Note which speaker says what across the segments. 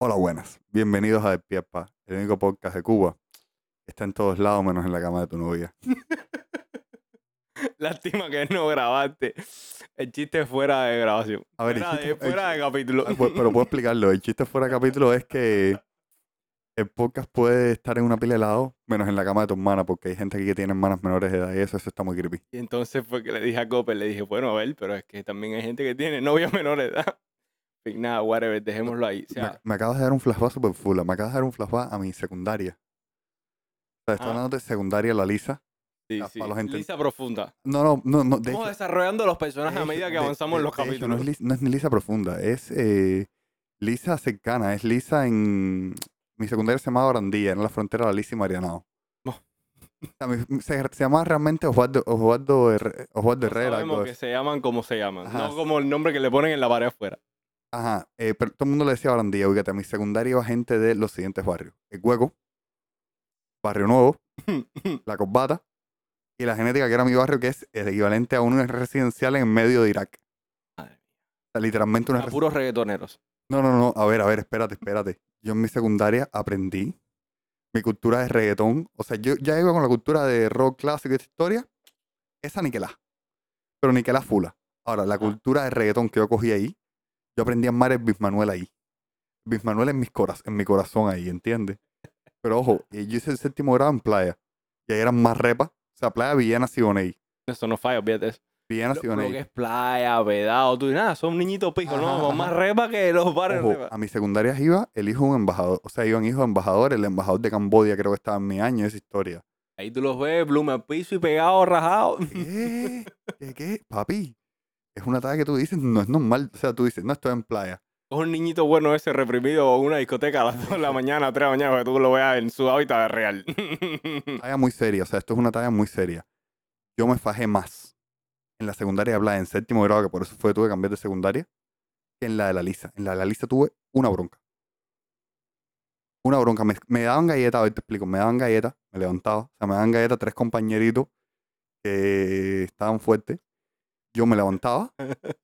Speaker 1: Hola, buenas. Bienvenidos a Despierpa, el único podcast de Cuba. Está en todos lados menos en la cama de tu novia.
Speaker 2: Lástima que no grabaste. El chiste fuera de grabación.
Speaker 1: A ver, el
Speaker 2: fuera, de,
Speaker 1: chiste- el
Speaker 2: fuera de capítulo.
Speaker 1: Pu- Pero puedo explicarlo. El chiste fuera de capítulo es que el podcast puede estar en una pila de lado menos en la cama de tu hermana, porque hay gente aquí que tiene hermanas menores de edad y eso, eso está muy creepy.
Speaker 2: Y entonces fue que le dije a Copper, le dije, bueno, a ver, pero es que también hay gente que tiene novia menor de edad. En fin, nada, whatever, dejémoslo ahí.
Speaker 1: Me-
Speaker 2: O sea,
Speaker 1: me, acabas de dar un flashback super full. Me acabas de dar un flashback a mi secundaria. O sea, estoy
Speaker 2: Ah.
Speaker 1: hablando de secundaria la Lisa.
Speaker 2: sí,
Speaker 1: las
Speaker 2: sí.
Speaker 1: palos enten-
Speaker 2: Lisa profunda.
Speaker 1: No, no, no, no. De
Speaker 2: Vamos
Speaker 1: hecho-
Speaker 2: desarrollando los personajes a
Speaker 1: De
Speaker 2: medida que
Speaker 1: hecho- de-
Speaker 2: avanzamos
Speaker 1: de-
Speaker 2: en los
Speaker 1: de hecho,
Speaker 2: capítulos.
Speaker 1: no, es, lis- no es ni lisa profunda, es eh, lisa cercana, es lisa en... Mi secundaria se llamaba Barandilla, en la frontera de la Lisa y
Speaker 2: Oh.
Speaker 1: Marianao.
Speaker 2: Bo.
Speaker 1: O sea, mi- se, se llamaba realmente Osvaldo, Osvaldo, Herre- Osvaldo
Speaker 2: No
Speaker 1: Herrera. algo
Speaker 2: sabemos que
Speaker 1: así.
Speaker 2: se llaman como se llaman,
Speaker 1: Ajá.
Speaker 2: no como el nombre que le ponen en la pared afuera.
Speaker 1: Ajá, eh, pero todo el mundo le decía Barandilla, fíjate, a mi secundaria iba gente de los siguientes barrios. El Hueco, Barrio Nuevo, La Corbata y La Genética, que era mi barrio, que es el equivalente a una residencial en medio de Irak.
Speaker 2: Madre
Speaker 1: O sea, literalmente una
Speaker 2: A puros reggaetoneros.
Speaker 1: No, no, no. A ver, a ver, espérate, espérate. Yo en mi secundaria aprendí mi cultura de reggaetón. O sea, yo ya iba con la cultura de rock clásico y esta historia. Esa niquelá. Pero niquelá fula. Ahora, la
Speaker 2: Ajá.
Speaker 1: cultura de reggaetón que yo cogí ahí, yo aprendí a amar el Bismanuel ahí. Bismanuel en, mis coraz en mi corazón ahí, ¿entiendes? Pero ojo, eh, yo hice el séptimo grado en playa. Y ahí eran más repas. O sea, playa Villena Siboney.
Speaker 2: Eso no falla, olvídate eso.
Speaker 1: Villena
Speaker 2: Lo, lo que
Speaker 1: Siboney.
Speaker 2: es playa, vedado, tú y nada, son niñitos pijos,
Speaker 1: Ajá,
Speaker 2: ¿no? Con más
Speaker 1: ajá.
Speaker 2: repa que los bares
Speaker 1: Ojo,
Speaker 2: repa.
Speaker 1: a mis secundarias iba el hijo de un embajador. O sea, iban hijos de embajadores. El embajador de Cambodia creo que estaba en mi año, esa historia.
Speaker 2: Ahí tú los ves, pluma al piso y pegado, rajado.
Speaker 1: ¿Qué? ¿Qué? qué? Papi, es una tarea que tú dices, no es normal. O sea, tú dices, no estoy en playa.
Speaker 2: Es un niñito bueno ese reprimido en una discoteca a las 2 de la mañana, 3 de la mañana, que tú lo veas en su hábitat real.
Speaker 1: Tarea muy seria, o sea, esto es una tarea muy seria. Yo me fajé más en la secundaria de playa, en séptimo grado, que por eso fue que tuve que cambiar de secundaria, que en la de la Lisa. En la de la Lisa tuve una bronca. Una bronca. Me, me daban galletas, a ver, te explico. Me daban galletas, me levantaba. O sea, me daban galletas tres compañeritos que estaban fuertes. Yo me levantaba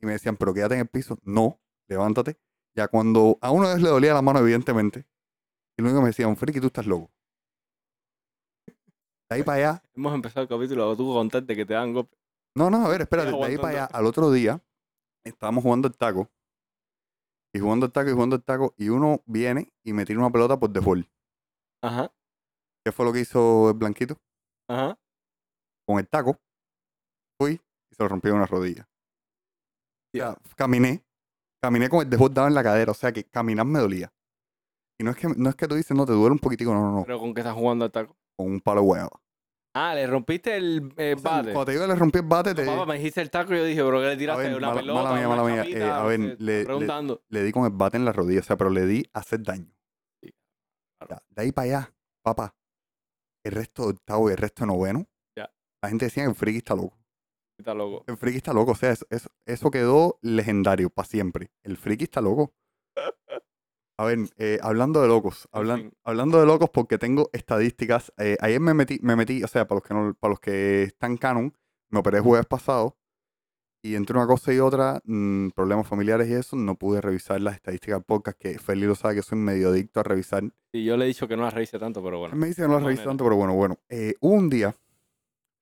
Speaker 1: y me decían, pero quédate en el piso. No, levántate. Ya cuando a uno de ellos le dolía la mano, evidentemente, y lo único que me decían, Friki, tú estás loco. De ahí para allá.
Speaker 2: Hemos empezado el capítulo, tú contaste que te dan golpe.
Speaker 1: No, no, a ver, espérate. De ahí
Speaker 2: aguantando.
Speaker 1: para allá, al otro día, estábamos jugando el taco. Y jugando el taco y jugando el taco. Y uno viene y me tira una pelota por default.
Speaker 2: Ajá,
Speaker 1: ¿Qué fue lo que hizo el blanquito?
Speaker 2: ajá.
Speaker 1: Con el taco. Fui y se lo rompí en una rodilla. O
Speaker 2: Ya.
Speaker 1: sea, caminé. Caminé con el default dado en la cadera. O sea que caminar me dolía. Y no es que, no es que tú dices, no, te duele un poquitico. No, no, no.
Speaker 2: Pero con qué estás jugando al taco.
Speaker 1: Con un palo de guayaba.
Speaker 2: Ah, le rompiste el eh,
Speaker 1: O sea,
Speaker 2: bate.
Speaker 1: Cuando te digo que le rompí el bate, te,
Speaker 2: Papá, me dijiste el taco y yo dije, pero que le tiraste
Speaker 1: ver,
Speaker 2: una
Speaker 1: mala-
Speaker 2: pelota.
Speaker 1: mala mía,
Speaker 2: una
Speaker 1: mala mía. Eh,
Speaker 2: chapita,
Speaker 1: a
Speaker 2: no
Speaker 1: ver,
Speaker 2: sé,
Speaker 1: le-
Speaker 2: está
Speaker 1: le-
Speaker 2: preguntando.
Speaker 1: le di con el bate en la rodilla, o sea, pero le di a hacer daño.
Speaker 2: Sí,
Speaker 1: Ya, de ahí para allá, papá, el resto de octavo y el resto de noveno,
Speaker 2: Ya.
Speaker 1: la gente decía que el friki está loco.
Speaker 2: Está loco.
Speaker 1: El friki está loco, o sea, eso, eso, eso quedó legendario para siempre. El friki está loco. A ver, eh, hablando de locos, hablan-
Speaker 2: fin.
Speaker 1: hablando de locos porque tengo estadísticas. eh, ayer me metí, me metí, o sea, para los que no, para los que están canon, me operé el jueves pasado y entre una cosa y otra, mm, problemas familiares y eso, no pude revisar las estadísticas del podcast, que Feli lo sabe que soy medio adicto a revisar.
Speaker 2: Y yo le he dicho que no la reíse tanto, pero bueno.
Speaker 1: Él me dice que no las
Speaker 2: no,
Speaker 1: reviso
Speaker 2: nena.
Speaker 1: tanto, pero bueno, bueno. Eh, hubo un día,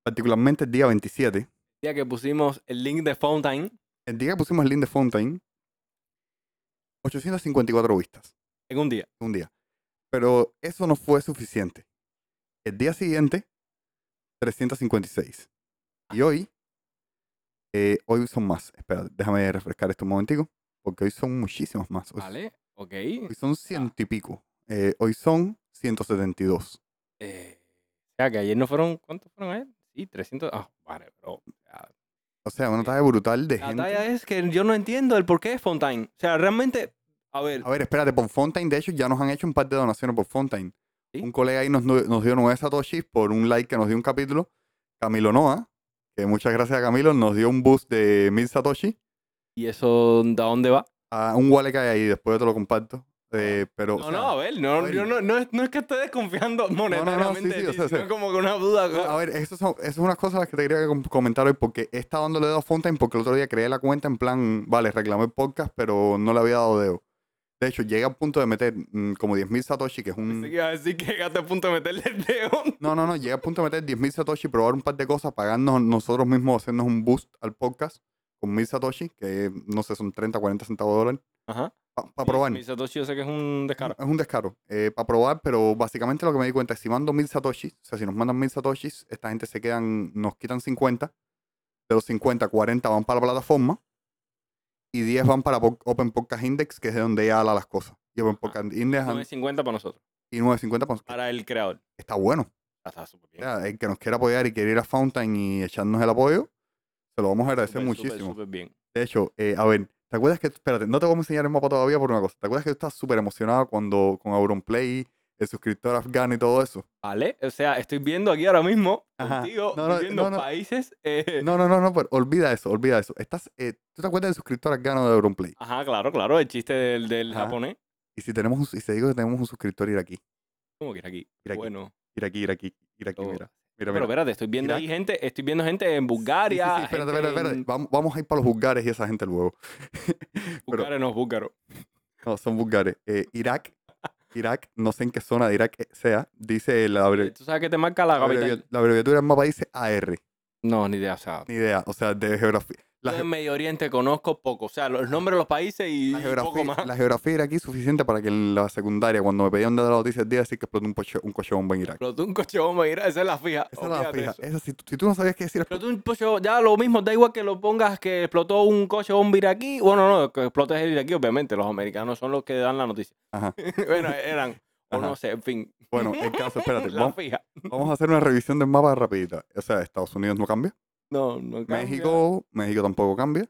Speaker 1: particularmente el día 27,
Speaker 2: El día que pusimos el link de Fountain
Speaker 1: El día que pusimos el link de Fontaine, 854 vistas
Speaker 2: en un día.
Speaker 1: un día. Pero eso no fue suficiente. El día siguiente, 356. Y hoy, eh, hoy son más. Espera, déjame refrescar esto un momentico, porque hoy son muchísimos más. Hoy,
Speaker 2: Vale, Ah. ok.
Speaker 1: hoy son ciento y pico. Eh, hoy son 172.
Speaker 2: Eh, o sea, que ayer no fueron, ¿cuántos fueron ayer? Sí, 300. Ah, vale, pero. o sea,
Speaker 1: O sea, una
Speaker 2: Sí.
Speaker 1: talla brutal de
Speaker 2: La
Speaker 1: gente.
Speaker 2: talla es que yo no entiendo el porqué de Fontaine. O sea, realmente, a ver,
Speaker 1: A ver, espérate, por Fontaine, de hecho, ya nos han hecho un par de donaciones por Fontaine.
Speaker 2: ¿Sí?
Speaker 1: Un colega ahí nos, nu- nos dio nueve satoshis por un like que nos dio un capítulo. Camilo Noa, que muchas gracias a Camilo, nos dio un boost de mil satoshis.
Speaker 2: ¿y eso de dónde va?
Speaker 1: A un wallet que hay ahí, después yo te lo comparto. Eh, pero, o
Speaker 2: Ah, No,
Speaker 1: sea,
Speaker 2: no, a ver, no,
Speaker 1: a ver.
Speaker 2: yo no, no, es, no es que esté desconfiando monetariamente.
Speaker 1: sí, sí,
Speaker 2: de
Speaker 1: o
Speaker 2: ti,
Speaker 1: sea,
Speaker 2: sino
Speaker 1: sí.
Speaker 2: como que una duda.
Speaker 1: a ver, eso son, esas son unas cosas las que te quería com- comentar hoy, porque he estado dándole dedo a Fontaine porque el otro día creé la cuenta en plan, vale, reclamé el podcast, pero no le había dado dedo. De hecho, llega al punto de meter mm, como 10.000 Satoshi, que es un...
Speaker 2: Pensé que iba a decir que llegaste a punto de meterle el dedo.
Speaker 1: No, no, no. Llega al punto de meter 10.000 Satoshi, probar un par de cosas, pagarnos nosotros mismos, hacernos un boost al podcast con 1.000 Satoshi, que no sé, son 30, 40 centavos de dólar,
Speaker 2: Ajá.
Speaker 1: para probar.
Speaker 2: Mi Satoshi yo sé que es un descaro.
Speaker 1: Es un descaro. para probar, pero básicamente lo que me di cuenta es si mando 1.000 Satoshis, o sea, si nos mandan 1.000 Satoshis, esta gente se quedan, nos quitan 50. De los 50, 40 van para la plataforma y 10 van para Pod- Open Podcast Index, que es de donde ella ala las cosas. Y Open
Speaker 2: Ajá.
Speaker 1: Podcast Index han-
Speaker 2: 9.50 para nosotros.
Speaker 1: y 9.50, pues,
Speaker 2: Para el creador.
Speaker 1: está bueno.
Speaker 2: Ah, Está súper bien.
Speaker 1: Ya, el que nos quiera apoyar y quiere ir a Fountain y echarnos el apoyo, se lo vamos a agradecer
Speaker 2: Súper, súper,
Speaker 1: muchísimo.
Speaker 2: súper bien.
Speaker 1: De hecho, eh, a ver, ¿te acuerdas que, espérate, no te voy a enseñar el mapa todavía por una cosa, ¿te acuerdas que tú estás súper emocionado cuando con Auronplay, el suscriptor afgano y todo eso?
Speaker 2: Vale, o sea, estoy viendo aquí ahora mismo
Speaker 1: Ajá.
Speaker 2: contigo,
Speaker 1: No, no,
Speaker 2: estoy viendo
Speaker 1: no, no.
Speaker 2: países. eh,
Speaker 1: No, no, no, no, pero olvida eso, olvida eso. Estás, eh, ¿Tú te acuerdas del suscriptor afgano de Auronplay?
Speaker 2: Ajá, claro, claro, el chiste del, del
Speaker 1: Ajá.
Speaker 2: japonés.
Speaker 1: Y si tenemos, un, y te digo que tenemos un suscriptor iraquí,
Speaker 2: ¿Cómo que era aquí?
Speaker 1: Era aquí.
Speaker 2: Bueno,
Speaker 1: iraquí, iraquí, iraquí,
Speaker 2: Oh.
Speaker 1: mira. Mira,
Speaker 2: pero
Speaker 1: mira.
Speaker 2: espérate, estoy viendo
Speaker 1: Irak.
Speaker 2: ahí gente, estoy viendo gente
Speaker 1: Sí,
Speaker 2: en
Speaker 1: sí,
Speaker 2: Bulgaria.
Speaker 1: sí, espérate,
Speaker 2: gente
Speaker 1: espérate, espérate.
Speaker 2: en-
Speaker 1: Vamos, vamos a ir para los bulgares y esa gente luego. pero-
Speaker 2: Bulgaria no, búlgaro.
Speaker 1: No, son vulgares. Eh, Irak, Irak, no sé en qué zona de Irak eh, sea, dice la, abre-
Speaker 2: ¿Tú sabes que te marca la
Speaker 1: la
Speaker 2: capital?
Speaker 1: abrevi- la abreviatura del mapa, dice AR.
Speaker 2: No, ni idea, o sea.
Speaker 1: Ni idea, o sea, de geografía. La,
Speaker 2: yo
Speaker 1: ge-
Speaker 2: en Medio Oriente conozco poco, o sea, los nombres de los países y
Speaker 1: la
Speaker 2: poco
Speaker 1: geografía,
Speaker 2: más.
Speaker 1: la geografía era aquí suficiente para que en la secundaria, cuando me pedían de la noticia el día, decir que explotó un, poche- un coche bomba en Irak.
Speaker 2: Pero tú un coche bomba, mira, esa es la fija.
Speaker 1: Esa era la
Speaker 2: olvídate
Speaker 1: fija.
Speaker 2: eso.
Speaker 1: Esa, si, tú- si tú no sabías qué decir,
Speaker 2: Pero tú un coche bomba- ya lo mismo, da igual que lo pongas que explotó un coche bomba iraquí. Bueno, no, que explotó el iraquí, obviamente. Los americanos son los que dan la noticia.
Speaker 1: Ajá.
Speaker 2: bueno, eran, o
Speaker 1: Ajá.
Speaker 2: no sé, en fin,
Speaker 1: bueno, el caso, espérate,
Speaker 2: la
Speaker 1: vamos,
Speaker 2: fija.
Speaker 1: vamos a hacer una revisión del mapa rapidita. O sea, Estados Unidos no cambia,
Speaker 2: No, no cambia.
Speaker 1: México, México tampoco cambia.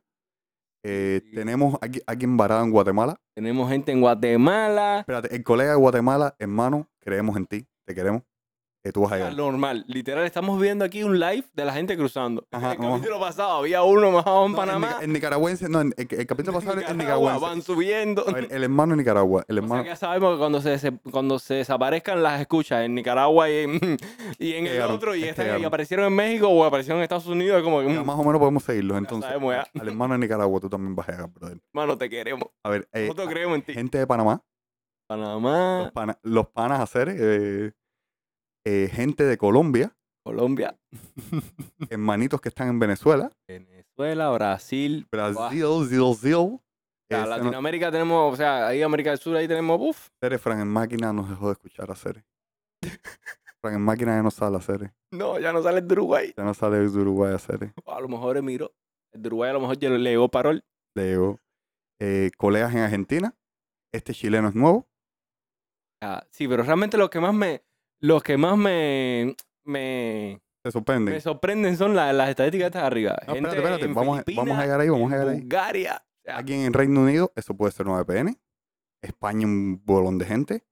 Speaker 1: Eh,
Speaker 2: Sí.
Speaker 1: tenemos aquí, aquí embarada en Guatemala,
Speaker 2: Tenemos gente en Guatemala.
Speaker 1: Espérate, el colega de Guatemala, hermano, creemos en ti, te queremos, que tú vas a
Speaker 2: Ah,
Speaker 1: llegar.
Speaker 2: Normal, literal, estamos viendo aquí un live de la gente cruzando.
Speaker 1: Ajá,
Speaker 2: el
Speaker 1: vamos.
Speaker 2: capítulo pasado había uno más abajo en
Speaker 1: No,
Speaker 2: Panamá.
Speaker 1: El, nica- el nicaragüense, no, el, el- el capítulo pasado era el
Speaker 2: Nicaragua, Van
Speaker 1: nicaragüense.
Speaker 2: subiendo.
Speaker 1: A ver, el hermano en Nicaragua, el
Speaker 2: O sea,
Speaker 1: hermano.
Speaker 2: que ya sabemos que cuando se, se- cuando se desaparezcan las escuchas en Nicaragua y en, y en el
Speaker 1: Llegaron,
Speaker 2: otro, y, estas- y
Speaker 1: llegaron.
Speaker 2: aparecieron en México o aparecieron en Estados Unidos, es como que,
Speaker 1: Ya
Speaker 2: mm,
Speaker 1: más o menos podemos seguirlos entonces.
Speaker 2: sabemos ya.
Speaker 1: Al hermano en Nicaragua tú también vas a llegar, brother.
Speaker 2: mano, te queremos.
Speaker 1: A ver, eh,
Speaker 2: Nosotros creemos en ti. Ah.
Speaker 1: gente de Panamá, los,
Speaker 2: Panamá,
Speaker 1: pana- los panas hacer, eh, eh, gente de Colombia,
Speaker 2: Colombia,
Speaker 1: hermanitos que están en Venezuela,
Speaker 2: Venezuela, Brasil.
Speaker 1: Brasil, Brasil, Brasil.
Speaker 2: O sea,
Speaker 1: Eh, se nos-
Speaker 2: Latinoamérica tenemos, o sea, ahí América del Sur, ahí tenemos, uff,
Speaker 1: Tere, Fran en máquina nos dejó de escuchar a Cere. Fran en máquina ya no sale a Cere.
Speaker 2: no, ya no sale el de Uruguay.
Speaker 1: Ya no sale de Uruguay a Cere.
Speaker 2: A lo mejor Emiro, el de Uruguay a lo mejor ya le llegó parol.
Speaker 1: Le llegó. Eh, colegas en Argentina. Este chileno es nuevo.
Speaker 2: Ah, sí, pero realmente los que más me, los que más me, me,
Speaker 1: Se sorprende.
Speaker 2: Me sorprenden son la- las estadísticas estas de arriba.
Speaker 1: No,
Speaker 2: Gente
Speaker 1: espérate, espérate.
Speaker 2: en
Speaker 1: Vamos a, vamos a
Speaker 2: Filipinas,
Speaker 1: llegar ahí, vamos a
Speaker 2: en
Speaker 1: llegar ahí.
Speaker 2: Bulgaria. O sea,
Speaker 1: Aquí en el Reino Unido, eso puede ser una VPN. España, un bolón de gente.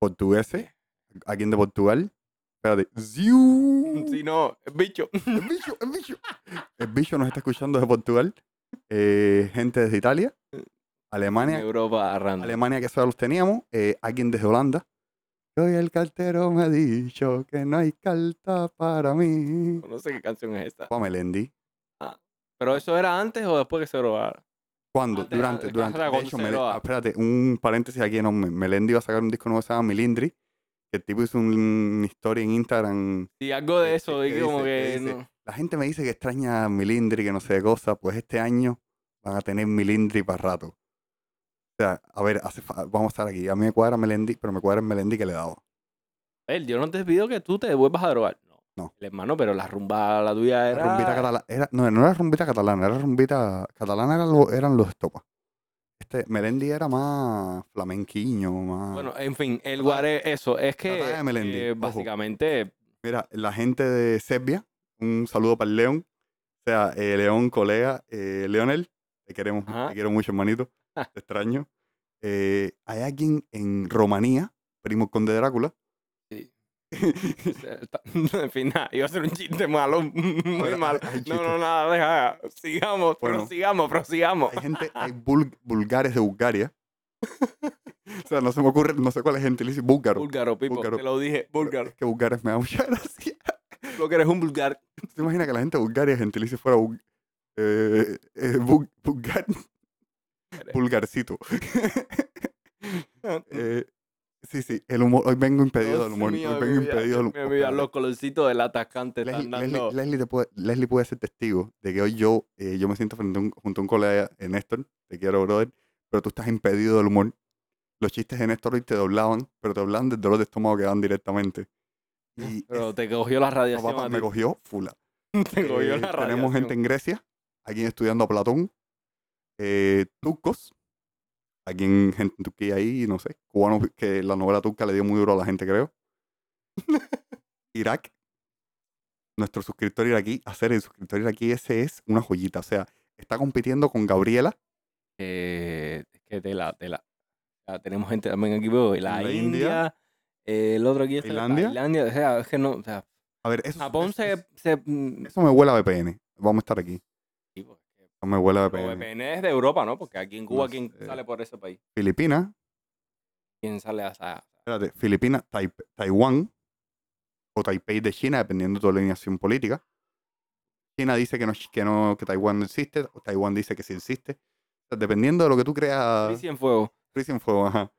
Speaker 1: Portugueses. Aquí en de Portugal. Espérate. ¡Ziu!
Speaker 2: Si no, bicho.
Speaker 1: El bicho, el bicho. El bicho nos está escuchando desde Portugal. Eh, gente desde Italia.
Speaker 2: Eh, En
Speaker 1: Alemania.
Speaker 2: Europa random.
Speaker 1: Alemania, que solo los teníamos. Eh, alguien desde Holanda. Hoy el cartero me ha dicho que no hay carta para mí.
Speaker 2: No sé qué canción es esta.
Speaker 1: Juan Melendi.
Speaker 2: Pero eso era antes o después que se robara.
Speaker 1: ¿Cuándo?
Speaker 2: Antes,
Speaker 1: durante,
Speaker 2: antes,
Speaker 1: durante.
Speaker 2: Carta
Speaker 1: Ah, De hecho, Mele-
Speaker 2: Gonzalo.
Speaker 1: ah, espérate, un paréntesis aquí enorme. Melendi va a sacar un disco nuevo que se llama Milindri. que El tipo hizo un- una historia en Instagram.
Speaker 2: Y algo de
Speaker 1: ¿Qué-
Speaker 2: eso,
Speaker 1: qué-
Speaker 2: y
Speaker 1: qué
Speaker 2: como
Speaker 1: dice? ¿Qué
Speaker 2: que.
Speaker 1: dice?
Speaker 2: no.
Speaker 1: La gente me dice que extraña a Milindri, que no sé de cosa. Pues este año van a tener Milindri para rato. O sea, a ver, hace fa- vamos a estar aquí. A mí me cuadra Melendi, pero me cuadra el Melendi que le daba.
Speaker 2: Él, yo no te pido que tú te vuelvas a drogar. No.
Speaker 1: No.
Speaker 2: El hermano, pero la rumba, la tuya
Speaker 1: La
Speaker 2: era.
Speaker 1: rumbita catalana. Era, no, no era rumbita catalana, era rumbita catalana eran los, eran los estopas. Este, Melendi era más flamenquiño, más...
Speaker 2: Bueno, en fin, el guare, eso. Es que.
Speaker 1: Tratada de Melendi,
Speaker 2: eh,
Speaker 1: ojo.
Speaker 2: básicamente.
Speaker 1: Mira, la gente de Serbia, un saludo para el León. O sea, eh, León, colega, eh, Leonel, te queremos,
Speaker 2: Ajá. Ah.
Speaker 1: te quiero mucho, hermanito. Te extraño. Eh, hay alguien en Rumanía, primo conde Drácula.
Speaker 2: Sí. o sea, está- en fin, nada, iba a ser un chiste malo, muy
Speaker 1: Ahora,
Speaker 2: malo.
Speaker 1: hay- hay
Speaker 2: No,
Speaker 1: chistes.
Speaker 2: no, nada, deja. Sigamos,
Speaker 1: Bueno.
Speaker 2: prosigamos, prosigamos.
Speaker 1: Hay gente, hay bul- bulgares de Bulgaria. o sea, no se me ocurre, no sé cuál es gentilicio, búlgaro.
Speaker 2: Búlgaro, Pipo,
Speaker 1: Búlgaro.
Speaker 2: te lo dije, búlgaro.
Speaker 1: Es que Bulgares me da mucha gracia.
Speaker 2: Lo que eres un vulgar.
Speaker 1: ¿Tú ¿Te imaginas que la gente de Bulgaria gentilicio fuera bul- eh, eh, bul- vulgar?
Speaker 2: eres.
Speaker 1: Pulgarcito. Eh, sí, sí, el humor. Hoy vengo impedido del
Speaker 2: Dios
Speaker 1: humor.
Speaker 2: mío,
Speaker 1: hoy
Speaker 2: mi
Speaker 1: vengo
Speaker 2: vida,
Speaker 1: impedido del
Speaker 2: Dios mío, mi vida,
Speaker 1: humor.
Speaker 2: los colorcitos del atacante
Speaker 1: Leslie,
Speaker 2: están
Speaker 1: Leslie-
Speaker 2: dando.
Speaker 1: Leslie te puede, Leslie puede ser testigo de que hoy yo, eh, yo me siento frente a un- junto a un colega, eh, Néstor, te quiero, brother, pero tú estás impedido del humor. Los chistes de Néstor hoy te doblaban, pero te doblaban del dolor de estómago que dan directamente. Y
Speaker 2: Pero
Speaker 1: es-
Speaker 2: te cogió la
Speaker 1: no,
Speaker 2: radiación.
Speaker 1: papá,
Speaker 2: a
Speaker 1: me
Speaker 2: ti.
Speaker 1: cogió fula.
Speaker 2: Te cogió
Speaker 1: Eh,
Speaker 2: la radiación.
Speaker 1: tenemos gente en Grecia, aquí estudiando a Platón, eh, turcos, aquí en, gente en Turquía ahí, no sé, cubanos que la novela turca le dio muy duro a la gente, creo. Irak, nuestro suscriptor iraquí, hacer el suscriptor iraquí, ese es una joyita, o sea, está compitiendo con Gabriela,
Speaker 2: Eh, es que de la, de la, ah, tenemos gente también aquí, veo, la
Speaker 1: la
Speaker 2: India,
Speaker 1: India,
Speaker 2: eh, el otro aquí es
Speaker 1: Tailandia.
Speaker 2: Tailandia, o sea, es que no, o sea,
Speaker 1: a ver, eso,
Speaker 2: Japón
Speaker 1: eso-
Speaker 2: se, se mm,
Speaker 1: eso me huele a VPN, vamos a estar aquí,
Speaker 2: sí, porque
Speaker 1: eso me huele a
Speaker 2: Pero
Speaker 1: VPN,
Speaker 2: VPN es de Europa, ¿no? Porque aquí en Cuba,
Speaker 1: No
Speaker 2: ¿quién
Speaker 1: sé.
Speaker 2: sale por ese país?
Speaker 1: Filipinas,
Speaker 2: ¿Quién sale hasta...?
Speaker 1: espérate, Filipinas, Taip- Taiwán o Taipei de China, dependiendo de tu alineación política. China dice que no, que no, que Taiwán no existe, o Taiwán dice que sí existe. O sea, dependiendo de lo que tú creas,
Speaker 2: en fuego.
Speaker 1: Prison Fuego, ajá.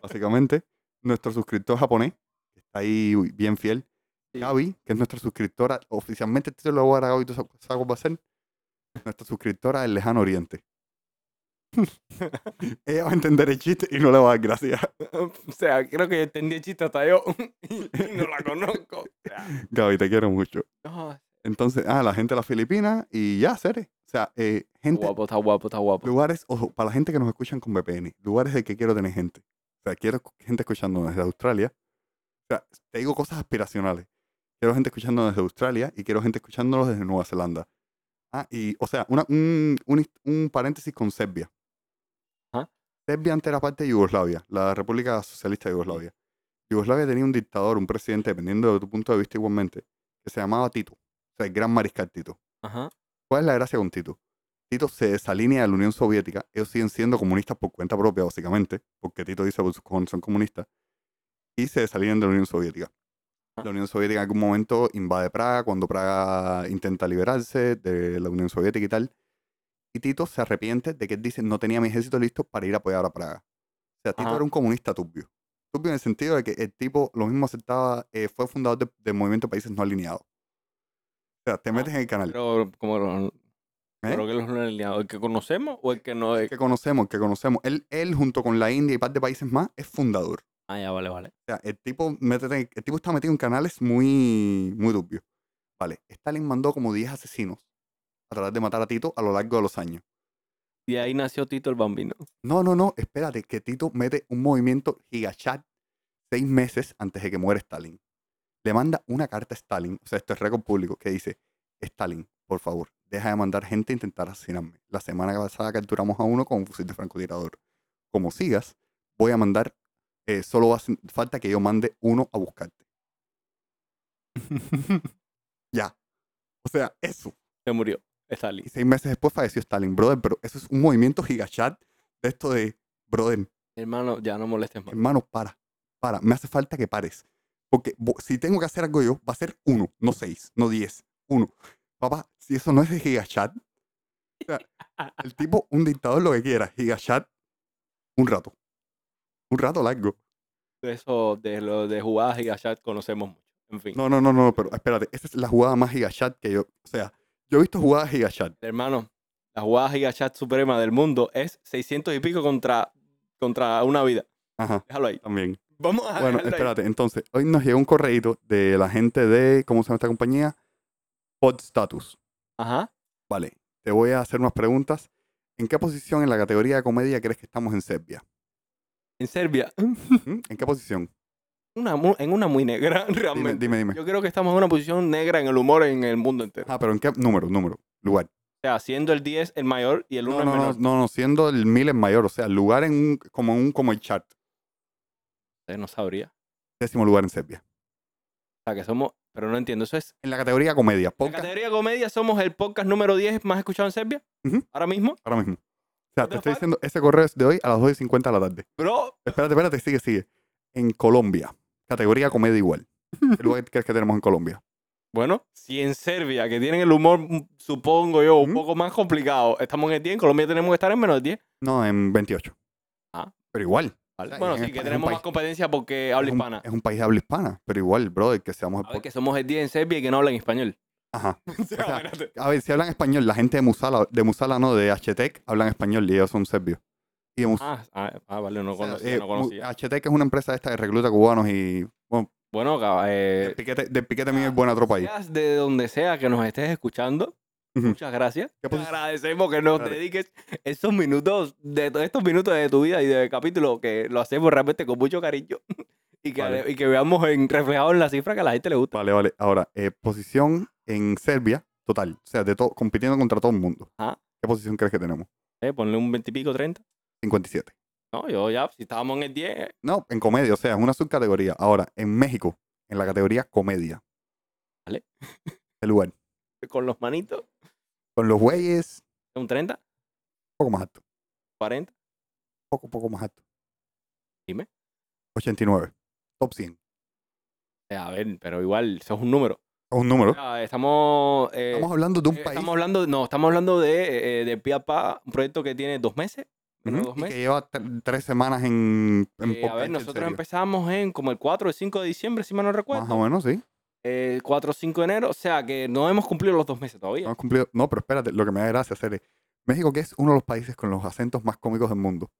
Speaker 1: Básicamente, nuestro suscriptor japonés, que está ahí uy, bien fiel,
Speaker 2: Sí.
Speaker 1: Gaby, que es nuestra suscriptora, oficialmente este se lo voy a dar a Gaby, tú sabes sabes cuál va a ser, nuestra suscriptora del lejano oriente. Ella va a entender el chiste y no le va a dar gracias.
Speaker 2: o sea, creo que entendí el chiste hasta yo y, y no la conozco. O sea,
Speaker 1: Gaby, te quiero mucho.
Speaker 2: no,
Speaker 1: Entonces, ah, la gente de las Filipinas y ya, Ceres. O sea, eh, gente,
Speaker 2: guapo, está guapo, está guapo.
Speaker 1: lugares, ojo, para la gente que nos escuchan con VPN, lugares de que quiero tener gente. O sea, quiero escu- gente escuchando desde Australia. O sea, te digo cosas aspiracionales. Quiero gente escuchando desde Australia y quiero gente escuchándolos desde Nueva Zelanda. Ah, y, o sea, una- un, un, hist- un paréntesis con Serbia.
Speaker 2: Ajá.
Speaker 1: Serbia antes era parte de Yugoslavia, la República Socialista de Yugoslavia. Yugoslavia tenía un dictador, un presidente, dependiendo de tu punto de vista igualmente, que se llamaba Tito. O sea, el gran mariscal Tito.
Speaker 2: Ajá.
Speaker 1: ¿Cuál es la gracia con Tito? Tito se desalinea de la Unión Soviética. Ellos siguen siendo comunistas por cuenta propia, básicamente, porque Tito dice por sus cojones son comunistas. Y se desalinean de la Unión Soviética.
Speaker 2: Ah.
Speaker 1: La Unión Soviética en algún momento invade Praga, cuando Praga intenta liberarse de la Unión Soviética y tal. Y Tito se arrepiente de que él dice, no tenía mi ejército listo para ir a apoyar a Praga. O sea, Tito
Speaker 2: Ajá.
Speaker 1: era un comunista turbio. Turbio en el sentido de que el tipo lo mismo aceptaba, eh, fue fundador de- del movimiento Países No Alineados. O sea,
Speaker 2: Ah,
Speaker 1: te metes en el canal.
Speaker 2: Pero como lo-
Speaker 1: ¿Eh?
Speaker 2: creo que los no alineados, el que conocemos o el que no es.
Speaker 1: que conocemos, que conocemos. Él, él junto con la India y par de países más, es fundador.
Speaker 2: Ah, ya, vale, vale.
Speaker 1: O sea, el tipo, métete- el tipo está metido en canales muy, muy turbios. Vale, Stalin mandó como 10 asesinos a tratar de matar a Tito a lo largo de los años.
Speaker 2: Y ahí nació Tito el Bambino.
Speaker 1: No, no, no, espérate, que Tito mete un movimiento gigachat seis meses antes de que muera Stalin. Le manda una carta a Stalin, o sea, esto es récord público, que dice, Stalin, por favor, deja de mandar gente a intentar asesinarme. La semana pasada capturamos a uno con un fusil de francotirador. Como sigas, voy a mandar, eh, solo hace falta que yo mande uno a buscarte. ya. O sea, eso.
Speaker 2: Se murió. Stalin.
Speaker 1: Y seis meses después falleció Stalin, brother, pero eso es un movimiento gigachat de esto de, brother,
Speaker 2: Hermano, ya no molestes más.
Speaker 1: hermano, para, para, me hace falta que pares. Porque bo- si tengo que hacer algo yo, va a ser uno, no seis, no diez, uno. Papá, si eso no es de gigachat, o sea, el tipo, un dictador, lo que quiera, gigachat, un rato. Un rato largo.
Speaker 2: De eso, de lo de jugadas y gachat conocemos mucho. En fin.
Speaker 1: No, no, no, no, pero espérate, esa es la jugada más gigachat que yo, o sea, yo he visto jugadas gigachat.
Speaker 2: Hermano, la jugada gigachat suprema del mundo es 600 y pico contra, contra una vida.
Speaker 1: Ajá,
Speaker 2: Déjalo ahí.
Speaker 1: también.
Speaker 2: Vamos a
Speaker 1: Bueno,
Speaker 2: dejarlo Ah, ahí.
Speaker 1: espérate, entonces, hoy nos llegó un correíto de la gente de, ¿cómo se llama esta compañía? Podstatus.
Speaker 2: Ajá.
Speaker 1: Vale, te voy a hacer unas preguntas. ¿En qué posición en la categoría de comedia crees que estamos en Serbia?
Speaker 2: En Serbia,
Speaker 1: ¿Mm? ¿En qué posición?
Speaker 2: una mu- en una muy negra,
Speaker 1: Dime,
Speaker 2: realmente.
Speaker 1: dime, dime.
Speaker 2: Yo creo que estamos en una posición negra en el humor en el mundo entero.
Speaker 1: Ah, pero ¿en qué número, número, lugar?
Speaker 2: O sea, siendo el 10 el mayor y el 1
Speaker 1: No,
Speaker 2: el
Speaker 1: no, no,
Speaker 2: menor.
Speaker 1: no, no, siendo el mil en mayor, o sea, lugar en un, como un como el chart.
Speaker 2: Eh, no sabría.
Speaker 1: Décimo lugar en Serbia.
Speaker 2: O sea, que somos... Pero no entiendo, eso es...
Speaker 1: En la categoría comedia,
Speaker 2: En la
Speaker 1: podcast
Speaker 2: categoría comedia somos el podcast número 10 más escuchado en Serbia.
Speaker 1: Ujú.
Speaker 2: Ahora mismo.
Speaker 1: ahora mismo. O sea,
Speaker 2: What the
Speaker 1: te estoy
Speaker 2: fuck?
Speaker 1: diciendo, ese correo es de hoy a las 2.50 de la tarde.
Speaker 2: Bro,
Speaker 1: Espérate, espérate, sigue, sigue. En Colombia, categoría comedia igual. ¿Qué lugar crees que tenemos en Colombia?
Speaker 2: Bueno, si en Serbia, que tienen el humor, mm, supongo yo, un
Speaker 1: ¿Mm?
Speaker 2: poco más complicado, estamos en el 10, en Colombia tenemos que estar en menos de 10.
Speaker 1: No, en 28.
Speaker 2: Ah.
Speaker 1: Pero igual.
Speaker 2: ¿vale?
Speaker 1: sea,
Speaker 2: Bueno,
Speaker 1: es
Speaker 2: sí,
Speaker 1: un
Speaker 2: que
Speaker 1: pa- es un
Speaker 2: tenemos más
Speaker 1: país-
Speaker 2: competencia porque habla
Speaker 1: es un-
Speaker 2: hispana.
Speaker 1: Es un país de habla hispana, pero igual, brother, que seamos... el
Speaker 2: A ver,
Speaker 1: po-
Speaker 2: que somos el 10 en Serbia y que no hablan español.
Speaker 1: Ajá.
Speaker 2: O sea,
Speaker 1: O sea,
Speaker 2: espérate.
Speaker 1: A ver, si hablan español, la gente de Musala, de Musala no, de Htec, hablan español y ellos son serbios. Y de Mus-
Speaker 2: Ah, ah, ah, vale, no
Speaker 1: o sea,
Speaker 2: conocía.
Speaker 1: eh,
Speaker 2: no
Speaker 1: Mu-
Speaker 2: conocía. Eh.
Speaker 1: Htec es una empresa esta que recluta cubanos y... Bueno,
Speaker 2: Bueno, cab-
Speaker 1: del
Speaker 2: eh,
Speaker 1: piquete, del piquete mío es buena tropa ahí.
Speaker 2: seas de donde sea que nos estés escuchando,
Speaker 1: Ujú.
Speaker 2: muchas gracias.
Speaker 1: ¿Qué
Speaker 2: Te
Speaker 1: posi-
Speaker 2: agradecemos que nos
Speaker 1: Espérate.
Speaker 2: dediques estos minutos, de to- estos minutos de tu vida y de capítulo que lo hacemos realmente con mucho cariño y que,
Speaker 1: Vale.
Speaker 2: y que veamos en, reflejado en la cifra que a la gente le gusta.
Speaker 1: Vale, vale. Ahora, eh, posición en Serbia, total. O sea, de todo, compitiendo contra todo el mundo.
Speaker 2: Ajá.
Speaker 1: ¿Qué posición crees que tenemos?
Speaker 2: Eh, ponle un 20 y pico, 30.
Speaker 1: 57.
Speaker 2: No, yo ya, si estábamos en el 10,
Speaker 1: No, en comedia, o sea, es una subcategoría. Ahora, en México, en la categoría comedia.
Speaker 2: Vale.
Speaker 1: El lugar.
Speaker 2: con los manitos,
Speaker 1: Con los güeyes,
Speaker 2: un 30,
Speaker 1: un poco más alto.
Speaker 2: 40.
Speaker 1: Poco, poco más alto.
Speaker 2: Dime.
Speaker 1: 89. Top 100.
Speaker 2: Eh, a ver, pero igual, eso es un número.
Speaker 1: Es un número.
Speaker 2: O sea, estamos... eh,
Speaker 1: Estamos hablando de un
Speaker 2: Ah, eh,
Speaker 1: país
Speaker 2: estamos hablando, no, estamos hablando de, eh, de Pia Pa, un proyecto que tiene dos meses.
Speaker 1: ujú,
Speaker 2: menos dos
Speaker 1: y
Speaker 2: meses.
Speaker 1: que lleva tre- tres semanas en, en
Speaker 2: Eh, a ver,
Speaker 1: podcast, en
Speaker 2: nosotros
Speaker 1: serio.
Speaker 2: empezamos en como el 4 o 5 de diciembre, si mal no recuerdo.
Speaker 1: Más o menos, sí.
Speaker 2: Eh, 4 o 5 de enero, o sea que no hemos cumplido los dos meses todavía.
Speaker 1: No, has cumplido- no, pero espérate, lo que me da gracia hacer es México, que es uno de los países con los acentos más cómicos del mundo.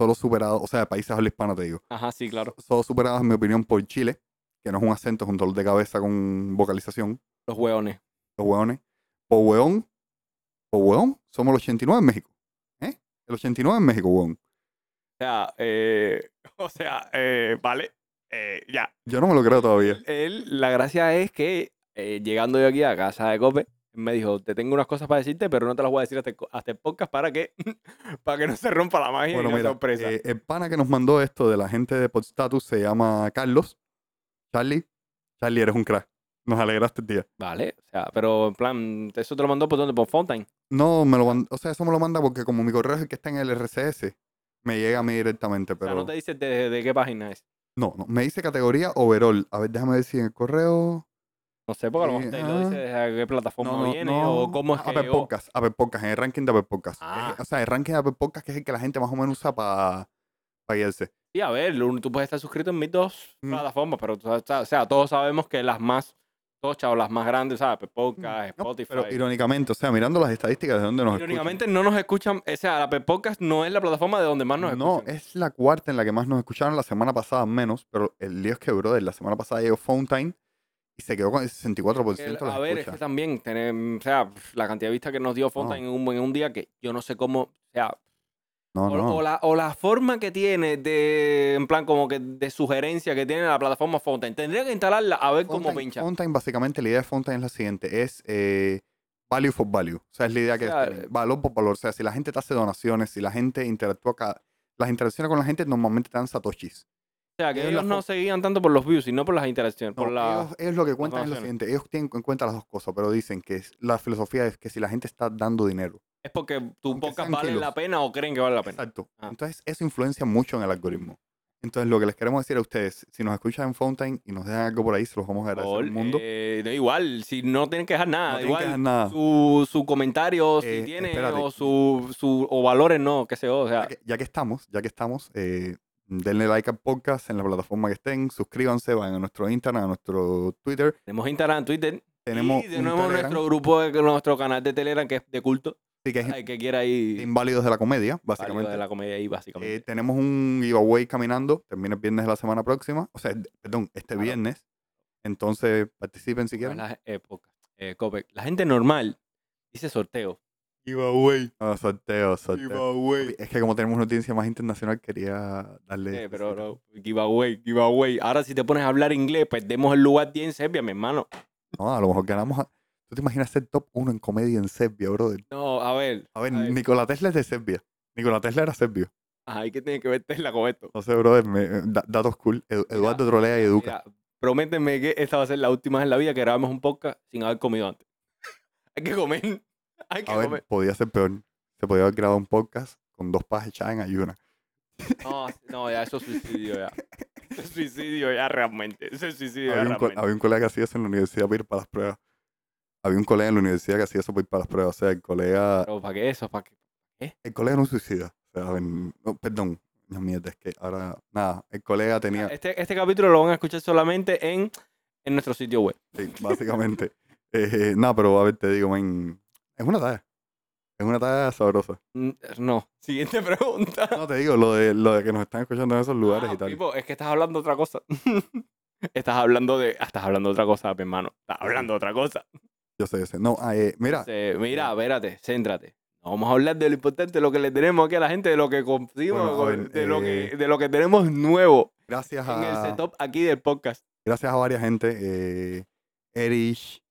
Speaker 1: Solo superado, o sea, de países de habla hispana, te digo.
Speaker 2: Ajá, sí, claro.
Speaker 1: Solo superado, en mi opinión, por Chile, que no es un acento, es un dolor de cabeza con vocalización.
Speaker 2: Los hueones.
Speaker 1: Los hueones. Por hueón, por hueón, somos el 89 en México. ¿Eh? El 89 en México, hueón.
Speaker 2: O sea, eh, o sea eh, vale, eh, ya.
Speaker 1: Yo no me lo creo todavía.
Speaker 2: Él, la gracia es que eh, llegando yo aquí a casa de Cope, me dijo, te tengo unas cosas para decirte, pero no te las voy a decir hasta el, co- hasta el podcast para que, para que no se rompa la magia
Speaker 1: Bueno,
Speaker 2: y la
Speaker 1: mira,
Speaker 2: sorpresa.
Speaker 1: eh, el pana que nos mandó esto de la gente de Podstatus se llama Carlos. Charlie, Charlie, eres un crack. Nos alegraste el día.
Speaker 2: Vale, o sea, pero en plan, eso te lo mandó por donde, por Fontaine.
Speaker 1: No, me lo manda, o sea, eso me lo manda porque como mi correo es el que está en el RCS, me llega a mí directamente,
Speaker 2: O sea,
Speaker 1: pero
Speaker 2: no te dice de, de qué página es.
Speaker 1: no, no, me dice categoría overall. A ver, déjame ver si en el correo
Speaker 2: No sé, porque a lo mejor te lo
Speaker 1: Ajá.
Speaker 2: dice desde qué plataforma
Speaker 1: no, no,
Speaker 2: viene
Speaker 1: no. ah, pues,
Speaker 2: o cómo es que
Speaker 1: Apple
Speaker 2: llegó.
Speaker 1: Podcast, Apple Podcast, en el ranking de Apple Podcast. Es-
Speaker 2: Ah.
Speaker 1: o sea, el ranking de Apple Podcast que es el que la gente más o menos usa para irse.
Speaker 2: Sí, a ver, lo- tú puedes estar suscrito en mis dos
Speaker 1: Mm.
Speaker 2: plataformas, pero tú sabes- o sea, todos sabemos que las más tochas o las más grandes, ¿sabes? Apple Podcast,
Speaker 1: Mm. No,
Speaker 2: Spotify.
Speaker 1: Pero irónicamente, o sea, mirando las estadísticas de donde nos escuchan.
Speaker 2: Irónicamente no nos escuchan, o sea, la Apple Podcast no es la plataforma de donde más nos
Speaker 1: No,
Speaker 2: escuchan.
Speaker 1: es la cuarta en la que más nos escucharon la semana pasada menos, pero el lío es que, brother, la semana pasada llegó Fountain y se quedó con el 64%
Speaker 2: El-
Speaker 1: de las
Speaker 2: a ver, es
Speaker 1: escuchas.
Speaker 2: que también, tener, o sea, pf, la cantidad de vistas que nos dio Fontaine en, un, en un día que yo no sé cómo, o sea,
Speaker 1: No,
Speaker 2: o,
Speaker 1: no.
Speaker 2: o la, o la forma que tiene de, en plan, como que de sugerencia que tiene la plataforma Fontaine. Tendría que instalarla a ver cómo
Speaker 1: Fountain-
Speaker 2: pincha.
Speaker 1: Fountain, básicamente, la idea de Fountain es la siguiente: es eh, value for value. O sea, es la idea que
Speaker 2: sea,
Speaker 1: tienen,
Speaker 2: eh,
Speaker 1: valor por valor. O sea, si la gente te hace donaciones, si la gente interactúa, ca- las interacciones con la gente normalmente te dan satoshis.
Speaker 2: O sea, que
Speaker 1: Ellos
Speaker 2: ellos
Speaker 1: la
Speaker 2: no
Speaker 1: fo-
Speaker 2: seguían tanto por los views, sino por las interacciones,
Speaker 1: No,
Speaker 2: por la...
Speaker 1: ellos, ellos lo que cuentan es lo
Speaker 2: donaciones.
Speaker 1: siguiente: ellos tienen en cuenta las dos cosas, pero dicen que es- la filosofía es que si la gente está dando dinero,
Speaker 2: Es porque tu
Speaker 1: Aunque
Speaker 2: podcast
Speaker 1: sean
Speaker 2: vale la
Speaker 1: kilos.
Speaker 2: pena o creen que vale la pena.
Speaker 1: Exacto.
Speaker 2: Ah.
Speaker 1: Entonces, eso influencia mucho en el algoritmo. Entonces, lo que les queremos decir a ustedes, si nos escuchan en Fountain y nos dejan algo por ahí, se los vamos a agradecer al
Speaker 2: Ol,
Speaker 1: mundo.
Speaker 2: eh, da igual, si no tienen que dejar nada,
Speaker 1: no tienen que
Speaker 2: igual
Speaker 1: dejar nada.
Speaker 2: su, su comentario,
Speaker 1: Eh,
Speaker 2: si tiene,
Speaker 1: espérate.
Speaker 2: o su, su o valores, no, qué sé yo, o sea,
Speaker 1: ya que, ya que estamos, ya que estamos, eh, denle like al podcast en la plataforma que estén, suscríbanse, vayan a nuestro Instagram, a nuestro Twitter.
Speaker 2: tenemos Instagram, Twitter,
Speaker 1: Tenemos
Speaker 2: y de
Speaker 1: un
Speaker 2: nuevo
Speaker 1: Telegram,
Speaker 2: nuestro grupo, de- nuestro canal de Telegram que es de culto,
Speaker 1: sí, que es
Speaker 2: el que quiera ir
Speaker 1: Inválidos de la Comedia, básicamente.
Speaker 2: de la comedia ahí,
Speaker 1: Eh,
Speaker 2: básicamente.
Speaker 1: tenemos un giveaway caminando, termina el viernes de la semana próxima, o sea, d- perdón, este
Speaker 2: Claro.
Speaker 1: viernes. Entonces, participen si quieren.
Speaker 2: Las épocas. Eh, Cope, la gente normal dice sorteo.
Speaker 1: Giveaway. sorteo, sorteo.
Speaker 2: Giveaway.
Speaker 1: Es que como tenemos una audiencia más internacional, quería darle...
Speaker 2: Eh,
Speaker 1: ese
Speaker 2: pero
Speaker 1: sitio.
Speaker 2: no, giveaway, giveaway. Ahora si te pones a hablar inglés, perdemos el lugar 10 en Serbia, mi hermano.
Speaker 1: No, a lo mejor ganamos... a- ¿Tú te imaginas ser top 1 en comedia en Serbia, brother?
Speaker 2: No, a ver.
Speaker 1: A ver, Nikola Tesla es de Serbia. Nikola Tesla era serbio.
Speaker 2: Ay, ¿qué tiene que ver Tesla con esto?
Speaker 1: No sé, brother, me- eh, da- datos cool. Edu- Eduardo trolea y educa.
Speaker 2: Mira, prométeme que esta va a ser la última vez en la vida que grabamos un podcast sin haber comido antes. Hay que comer. Hay que
Speaker 1: A ver,
Speaker 2: comer.
Speaker 1: podía ser peor. Se podía haber grabado un podcast con dos pajas echadas en ayuna.
Speaker 2: No, no, ya, eso es suicidio ya. Ese suicidio ya realmente. Ese suicidio ya
Speaker 1: Había un, co-
Speaker 2: realmente.
Speaker 1: había un colega que hacía eso en la universidad para ir para las pruebas. Había un colega en la universidad que hacía eso para ir para las pruebas. O sea, el colega,
Speaker 2: Pero, ¿Para qué eso? ¿Para qué?
Speaker 1: el colega era un suicida. O sea, ven- no, perdón, Dios mío, es que ahora, nada, el colega tenía,
Speaker 2: Este, este capítulo lo van a escuchar solamente en, en nuestro sitio web.
Speaker 1: sí, básicamente, eh, nada, pero a ver, te digo, men, es una talla. Es una talla sabrosa.
Speaker 2: Mm, No. Siguiente pregunta.
Speaker 1: No, te digo, lo de, lo de que nos están escuchando en esos lugares
Speaker 2: Ah,
Speaker 1: y tal.
Speaker 2: Pipo, es que estás hablando otra cosa. estás hablando de. ah, Estás hablando otra cosa, mi hermano. Estás hablando otra cosa.
Speaker 1: Yo sé, yo sé. No, ah, eh, mira,
Speaker 2: Eh, mira, espérate, céntrate. No Vamos a hablar de lo importante, de lo que le tenemos aquí a la gente, de lo que conseguimos,
Speaker 1: Bueno, a ver,
Speaker 2: de, lo
Speaker 1: eh,
Speaker 2: que, de lo que tenemos nuevo
Speaker 1: gracias
Speaker 2: en el
Speaker 1: a...
Speaker 2: setup aquí del podcast.
Speaker 1: gracias a varias gente, eh, Erich,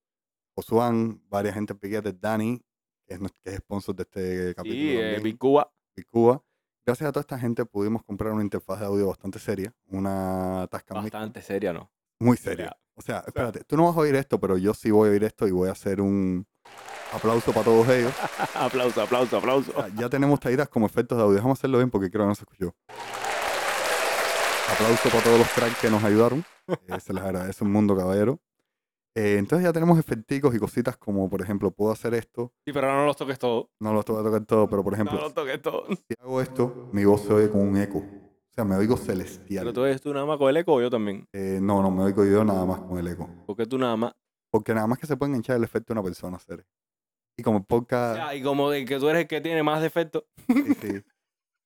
Speaker 1: Osuan, varias gente en piquete, Dani, que es, nues- que es sponsor de este capítulo,
Speaker 2: Sí, eh,
Speaker 1: también,
Speaker 2: Big Cuba.
Speaker 1: y Cuba. Gracias a toda esta gente pudimos comprar una interfaz de audio bastante seria, una Tascam Mic
Speaker 2: Bastante seria, ¿no?
Speaker 1: muy
Speaker 2: O
Speaker 1: seria.
Speaker 2: sea,
Speaker 1: O sea, espérate, tú no vas a oír esto, pero yo sí voy a oír esto y voy a hacer un aplauso para todos ellos.
Speaker 2: aplauso, aplauso, aplauso.
Speaker 1: O sea, ya tenemos taídas como efectos de audio. Déjame hacerlo bien porque creo que no se escuchó. Aplauso para todos los cracks que nos ayudaron. Eh, se les agradece un mundo, caballero. Eh, entonces ya tenemos efecticos y cositas como, por ejemplo, puedo hacer esto.
Speaker 2: Sí, pero no los toques todo.
Speaker 1: No lo voy a tocar todo, pero por ejemplo,
Speaker 2: No los toques todo.
Speaker 1: si hago esto, mi voz se oye con un eco. O sea, me oigo celestial.
Speaker 2: Pero tú eres tú nada más con el eco o yo también.
Speaker 1: Eh, no, no, me oigo yo nada más con el eco.
Speaker 2: Porque tú nada más.
Speaker 1: Porque nada más que se puede enganchar el efecto de una persona, serio. Y como
Speaker 2: O
Speaker 1: poca...
Speaker 2: sea, y como de que tú eres el que tiene más defectos.
Speaker 1: Sí, sí.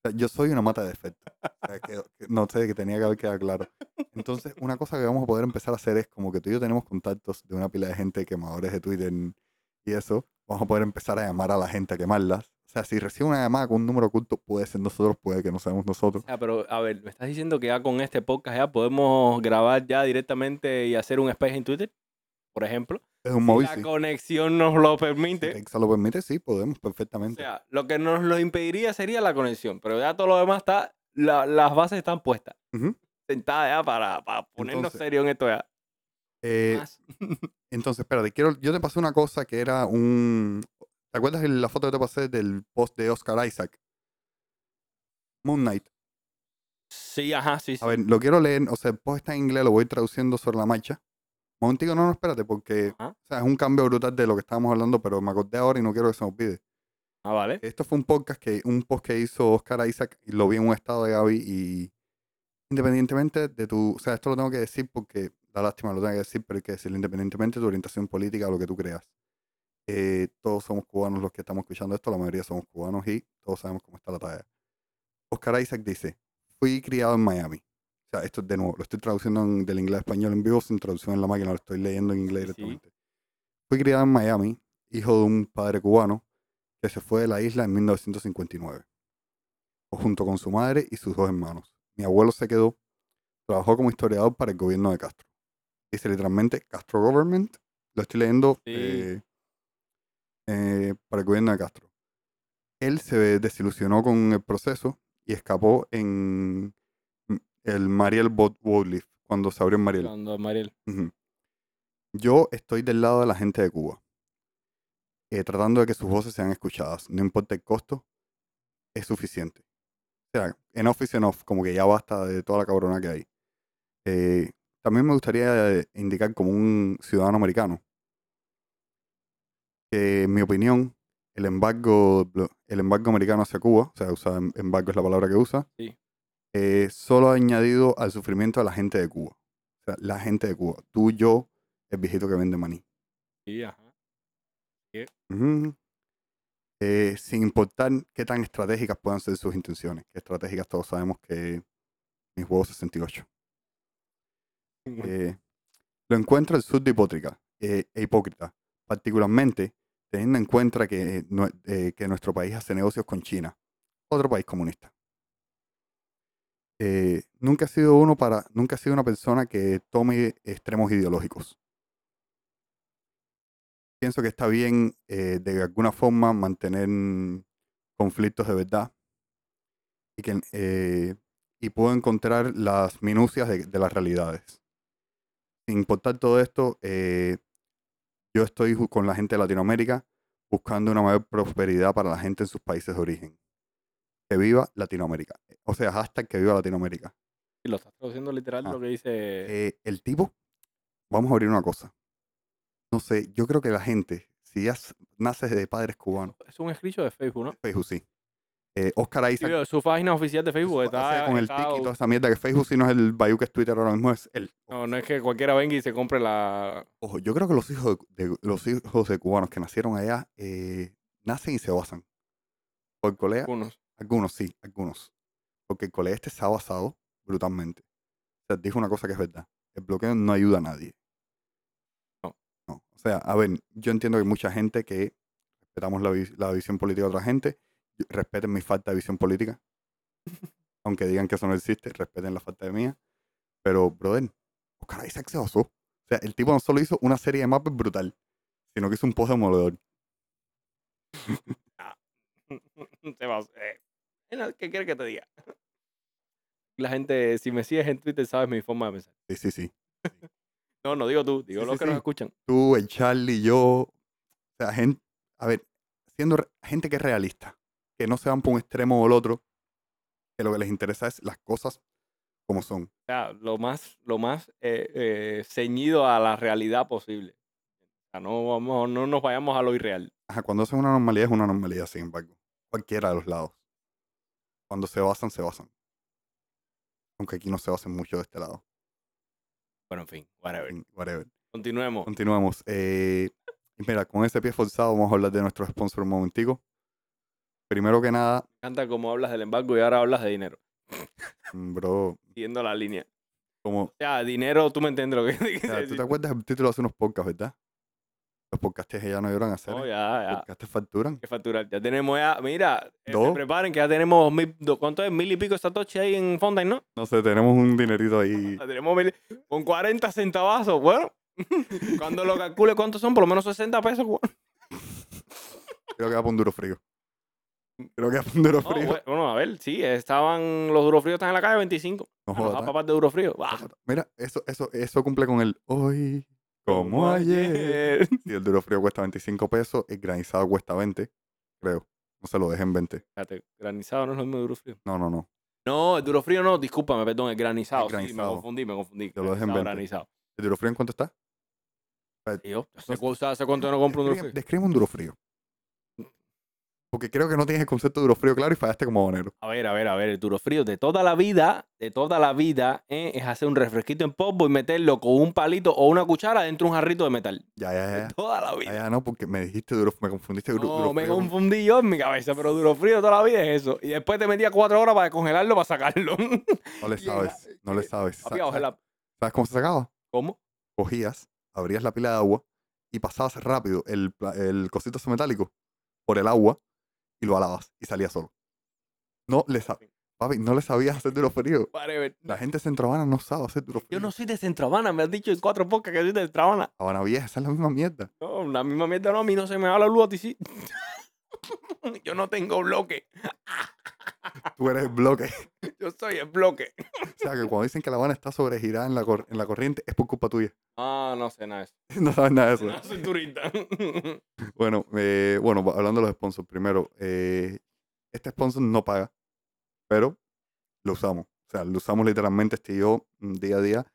Speaker 1: O sea, yo soy una mata de defectos. O sea, que- que no sé, que tenía que haber quedado claro. Entonces, una cosa que vamos a poder empezar a hacer es como que tú y yo tenemos contactos de una pila de gente, quemadores de Twitter y eso. Vamos a poder empezar a llamar a la gente a quemarlas. O sea, si recibe una llamada con un número oculto, puede ser nosotros, puede que no seamos nosotros.
Speaker 2: O sea, pero a ver, ¿me estás diciendo que ya con este podcast ya podemos grabar ya directamente y hacer un space en Twitter? Por ejemplo.
Speaker 1: Es un móvil,
Speaker 2: la
Speaker 1: sí.
Speaker 2: conexión nos lo
Speaker 1: Si
Speaker 2: permite.
Speaker 1: Texas lo permite, sí, podemos
Speaker 2: O
Speaker 1: perfectamente.
Speaker 2: sea, lo que nos lo impediría sería la conexión, pero ya todo lo demás está, la- las bases están puestas.
Speaker 1: Ujú.
Speaker 2: Sentadas ya para, para ponernos
Speaker 1: Entonces,
Speaker 2: serio en esto ya. Ah,
Speaker 1: Eh,
Speaker 2: Más.
Speaker 1: entonces, espérate, quiero, yo te pasé una cosa que era un... ¿Te acuerdas de la foto que te pasé del post de Oscar Isaac? Moon Knight.
Speaker 2: Sí, ajá, sí, sí.
Speaker 1: A ver, lo quiero leer, o sea, el post está en inglés, lo voy traduciendo sobre la marcha. Momentico, no, no, espérate, porque
Speaker 2: Ajá.
Speaker 1: o sea, es un cambio brutal de lo que estábamos hablando, pero me acordé ahora y no quiero que se me olvide.
Speaker 2: Ah, vale.
Speaker 1: Esto fue un podcast que, un post que hizo Oscar Isaac y lo vi en un estado de Gaby y independientemente de tu, o sea, esto lo tengo que decir porque da lástima, lo tengo que decir, pero hay que decirlo independientemente de tu orientación política o lo que tú creas. Eh, todos somos cubanos los que estamos escuchando esto, la mayoría somos cubanos y todos sabemos cómo está la tarea. Oscar Isaac dice, fui criado en Miami. O sea, esto de nuevo, lo estoy traduciendo en- del inglés a español en vivo sin traducción en la máquina, lo estoy leyendo en inglés
Speaker 2: Sí, sí.
Speaker 1: directamente. Fui criado en Miami, hijo de un padre cubano que se fue de la isla en 1959, junto con su madre y sus dos hermanos. Mi abuelo se quedó, trabajó como historiador para el gobierno de Castro. Dice literalmente Castro Government, lo estoy leyendo
Speaker 2: Sí.
Speaker 1: eh, eh, para el gobierno de Castro. Él se desilusionó con el proceso y escapó en el Mariel Bot Woodleaf, cuando se abrió en Mariel.
Speaker 2: Cuando Mariel.
Speaker 1: Ujú. Yo estoy del lado de la gente de Cuba, eh, tratando de que sus voces sean escuchadas, no importa el costo, es suficiente. O sea, en office en off, como que ya basta de toda la cabrona que hay. Eh, también me gustaría eh, indicar como un ciudadano americano que, en mi opinión, el embargo, el embargo americano hacia Cuba, o sea, usa, em- embargo es la palabra que usa,
Speaker 2: Sí.
Speaker 1: eh, solo ha añadido al sufrimiento de la gente de Cuba. O sea, la gente de Cuba. Tú, yo, el viejito que vende maní.
Speaker 2: Sí, ajá.
Speaker 1: Ujú. Eh, sin importar qué tan estratégicas puedan ser sus intenciones. Que estratégicas todos sabemos que mis juego 68. Eh, lo encuentro el sur de hipótrica, eh, e hipócrita, particularmente teniendo en cuenta que, nue- eh, que nuestro país hace negocios con China, otro país comunista. Eh, nunca ha sido uno para, nunca ha sido una persona que tome extremos ideológicos. Pienso que está bien eh, de alguna forma mantener conflictos de verdad y que eh, y puedo encontrar las minucias de, de las realidades. Sin importar todo esto, eh, yo estoy ju- con la gente de Latinoamérica buscando una mayor prosperidad para la gente en eh, sus países de origen. Que viva Latinoamérica. O sea, hashtag que viva Latinoamérica.
Speaker 2: Y lo estás traduciendo literal
Speaker 1: Ah.
Speaker 2: lo que dice.
Speaker 1: Eh, el tipo, vamos a abrir una cosa. No sé, yo creo que la gente, si ya s- naces de padres cubanos,
Speaker 2: Es un escrito de Facebook, ¿no?
Speaker 1: Facebook sí. Eh, Oscar
Speaker 2: Sí,
Speaker 1: Isaac,
Speaker 2: pero su página oficial de Facebook
Speaker 1: su-
Speaker 2: está.
Speaker 1: hace con el
Speaker 2: está-
Speaker 1: tic y toda esa mierda, que Facebook sí no es el Bayou que es Twitter ahora mismo, es el.
Speaker 2: no, no es que cualquiera venga y se compre la.
Speaker 1: Ojo, yo creo que los hijos de, de- los hijos de cubanos que nacieron allá eh, nacen y se basan. Por colea,
Speaker 2: Unos.
Speaker 1: algunos sí, algunos. Porque el colega este se ha basado brutalmente. O sea, dijo una cosa que es verdad. El bloqueo no ayuda a nadie.
Speaker 2: No.
Speaker 1: No. O sea, a ver, yo entiendo que hay mucha gente que respetamos la, vis- la visión política de otra gente, y- respeten mi falta de visión política. Aunque digan que eso no existe, respeten la falta de mía. Pero, brother, Oscar Isaac se basó. O sea, el tipo no solo hizo una serie de mapas brutal, sino que hizo un post demoledor.
Speaker 2: se va a
Speaker 1: eh,
Speaker 2: hacer. Bueno, ¿Qué quieres que te diga? La gente, si me sigues en Twitter, sabes mi forma de pensar.
Speaker 1: Sí, sí, sí.
Speaker 2: No, no digo tú, digo
Speaker 1: Sí,
Speaker 2: los
Speaker 1: sí,
Speaker 2: que
Speaker 1: sí.
Speaker 2: nos escuchan.
Speaker 1: tú, el Charlie, yo. O sea, gente, a ver, siendo re- gente que es realista, que no se van por un extremo o el otro, que lo que les interesa es las cosas como son.
Speaker 2: O sea, lo más, lo más eh, eh, ceñido a la realidad posible. O sea, no, vamos, no nos vayamos a lo irreal.
Speaker 1: Ajá, cuando hacen una normalidad es una normalidad, sin embargo. Cualquiera de los lados. Cuando se basan, se basan. Aunque aquí no se basen mucho de este lado.
Speaker 2: Bueno, en fin, whatever.
Speaker 1: en- Whatever.
Speaker 2: Continuemos.
Speaker 1: Mm. Continuamos. Eh, y mira, con ese pie forzado vamos a hablar de nuestro sponsor un momentico. Primero que nada,
Speaker 2: Me encanta cómo hablas del embargo y ahora hablas de dinero.
Speaker 1: mm, bro,
Speaker 2: Siguiendo la línea.
Speaker 1: como
Speaker 2: O sea, dinero, tú me entiendes lo que te
Speaker 1: O sea, ¿Tú te
Speaker 2: decir.
Speaker 1: acuerdas del título hace unos podcasts, verdad? Los podcastes ya no lloran a hacer.
Speaker 2: No,
Speaker 1: Los
Speaker 2: ya, ya.
Speaker 1: podcastes facturan.
Speaker 2: que facturar. Ya tenemos ya, mira, eh, se
Speaker 1: Dos.
Speaker 2: preparen que ya tenemos dos mil, do- ¿cuánto es? Mil y pico satoshi ahí en Fontaine, ¿no?
Speaker 1: No sé, tenemos un dinerito ahí.
Speaker 2: Ya tenemos mil, con 40 centavazos, bueno. Cuando lo calcule cuántos son, por lo menos 60 pesos. güey.
Speaker 1: Creo que va para un duro frío. Creo que va para un duro
Speaker 2: No,
Speaker 1: frío.
Speaker 2: güey, bueno, a ver, sí, estaban, los durofríos están en la calle 25.
Speaker 1: No
Speaker 2: Ah, Nos
Speaker 1: jodas,
Speaker 2: da
Speaker 1: ta-
Speaker 2: papas de durofrío.
Speaker 1: ta-
Speaker 2: Bah,
Speaker 1: ta- ta. Mira, eso, eso, eso cumple con el hoy como ayer. Si el duro frío cuesta 25 pesos, el granizado cuesta 20, creo. No se lo dejen 20.
Speaker 2: Espérate, granizado no es lo mismo durofrío.
Speaker 1: No, no, no.
Speaker 2: No, el durofrío no, discúlpame, perdón, el granizado.
Speaker 1: El
Speaker 2: Sí, me
Speaker 1: granizado.
Speaker 2: confundí, me confundí.
Speaker 1: Te lo dejo en
Speaker 2: granizado,
Speaker 1: 20.
Speaker 2: granizado.
Speaker 1: ¿El duro frío en cuánto está?
Speaker 2: Y yo,
Speaker 1: No
Speaker 2: ¿hace
Speaker 1: sé.
Speaker 2: cuánto- hace cuánto no compro un
Speaker 1: Describe,
Speaker 2: durofrío?
Speaker 1: describe un duro frío. Porque creo que no tienes el concepto de duro frío claro y fallaste como banero.
Speaker 2: A ver, a ver, a ver, el duro frío de toda la vida, de toda la vida, ¿eh? es hacer un refresquito en polvo y meterlo con un palito o una cuchara dentro de un jarrito de metal.
Speaker 1: Ya, ya, ya.
Speaker 2: De toda la
Speaker 1: Ah,
Speaker 2: vida.
Speaker 1: ya no, porque me dijiste duro, me confundiste duro.
Speaker 2: No,
Speaker 1: duro
Speaker 2: me
Speaker 1: frío con-
Speaker 2: confundí yo en mi cabeza, pero duro frío de toda la vida es eso. Y después te metía cuatro horas para congelarlo, para sacarlo.
Speaker 1: No le
Speaker 2: y en
Speaker 1: sabes, no le
Speaker 2: eh,
Speaker 1: sabes. Sa-
Speaker 2: Papi,
Speaker 1: sa-
Speaker 2: ojalá.
Speaker 1: ¿Sabes cómo se sacaba?
Speaker 2: ¿Cómo?
Speaker 1: Cogías, abrías la pila de agua y pasabas rápido el, pla- el cosito ese metálico por el agua y lo alabas y salía solo. No le sabes. Papi, no le sabías hacer duro frío.
Speaker 2: Whatever.
Speaker 1: La gente de Centro Habana no sabe hacer duro frío.
Speaker 2: Yo no soy de Centro Habana, me has dicho en cuatro podcasts que soy de Centro Habana.
Speaker 1: Habana Vieja, esa es la misma mierda.
Speaker 2: No, la misma mierda no, a mí no se me va la luz a ti sí. Yo no tengo bloque,
Speaker 1: Tú eres el bloque.
Speaker 2: yo soy el bloque.
Speaker 1: O sea, que cuando dicen que La Habana está sobregirada en la, cor- en la corriente, es por culpa tuya.
Speaker 2: Ah, no sé nada de eso.
Speaker 1: No sabes nada de eso.
Speaker 2: No soy turista.
Speaker 1: Bueno, eh, bueno, va- hablando de los sponsors, primero, eh, este sponsor no paga, pero lo usamos. O sea, lo usamos literalmente este y yo mm, día a día.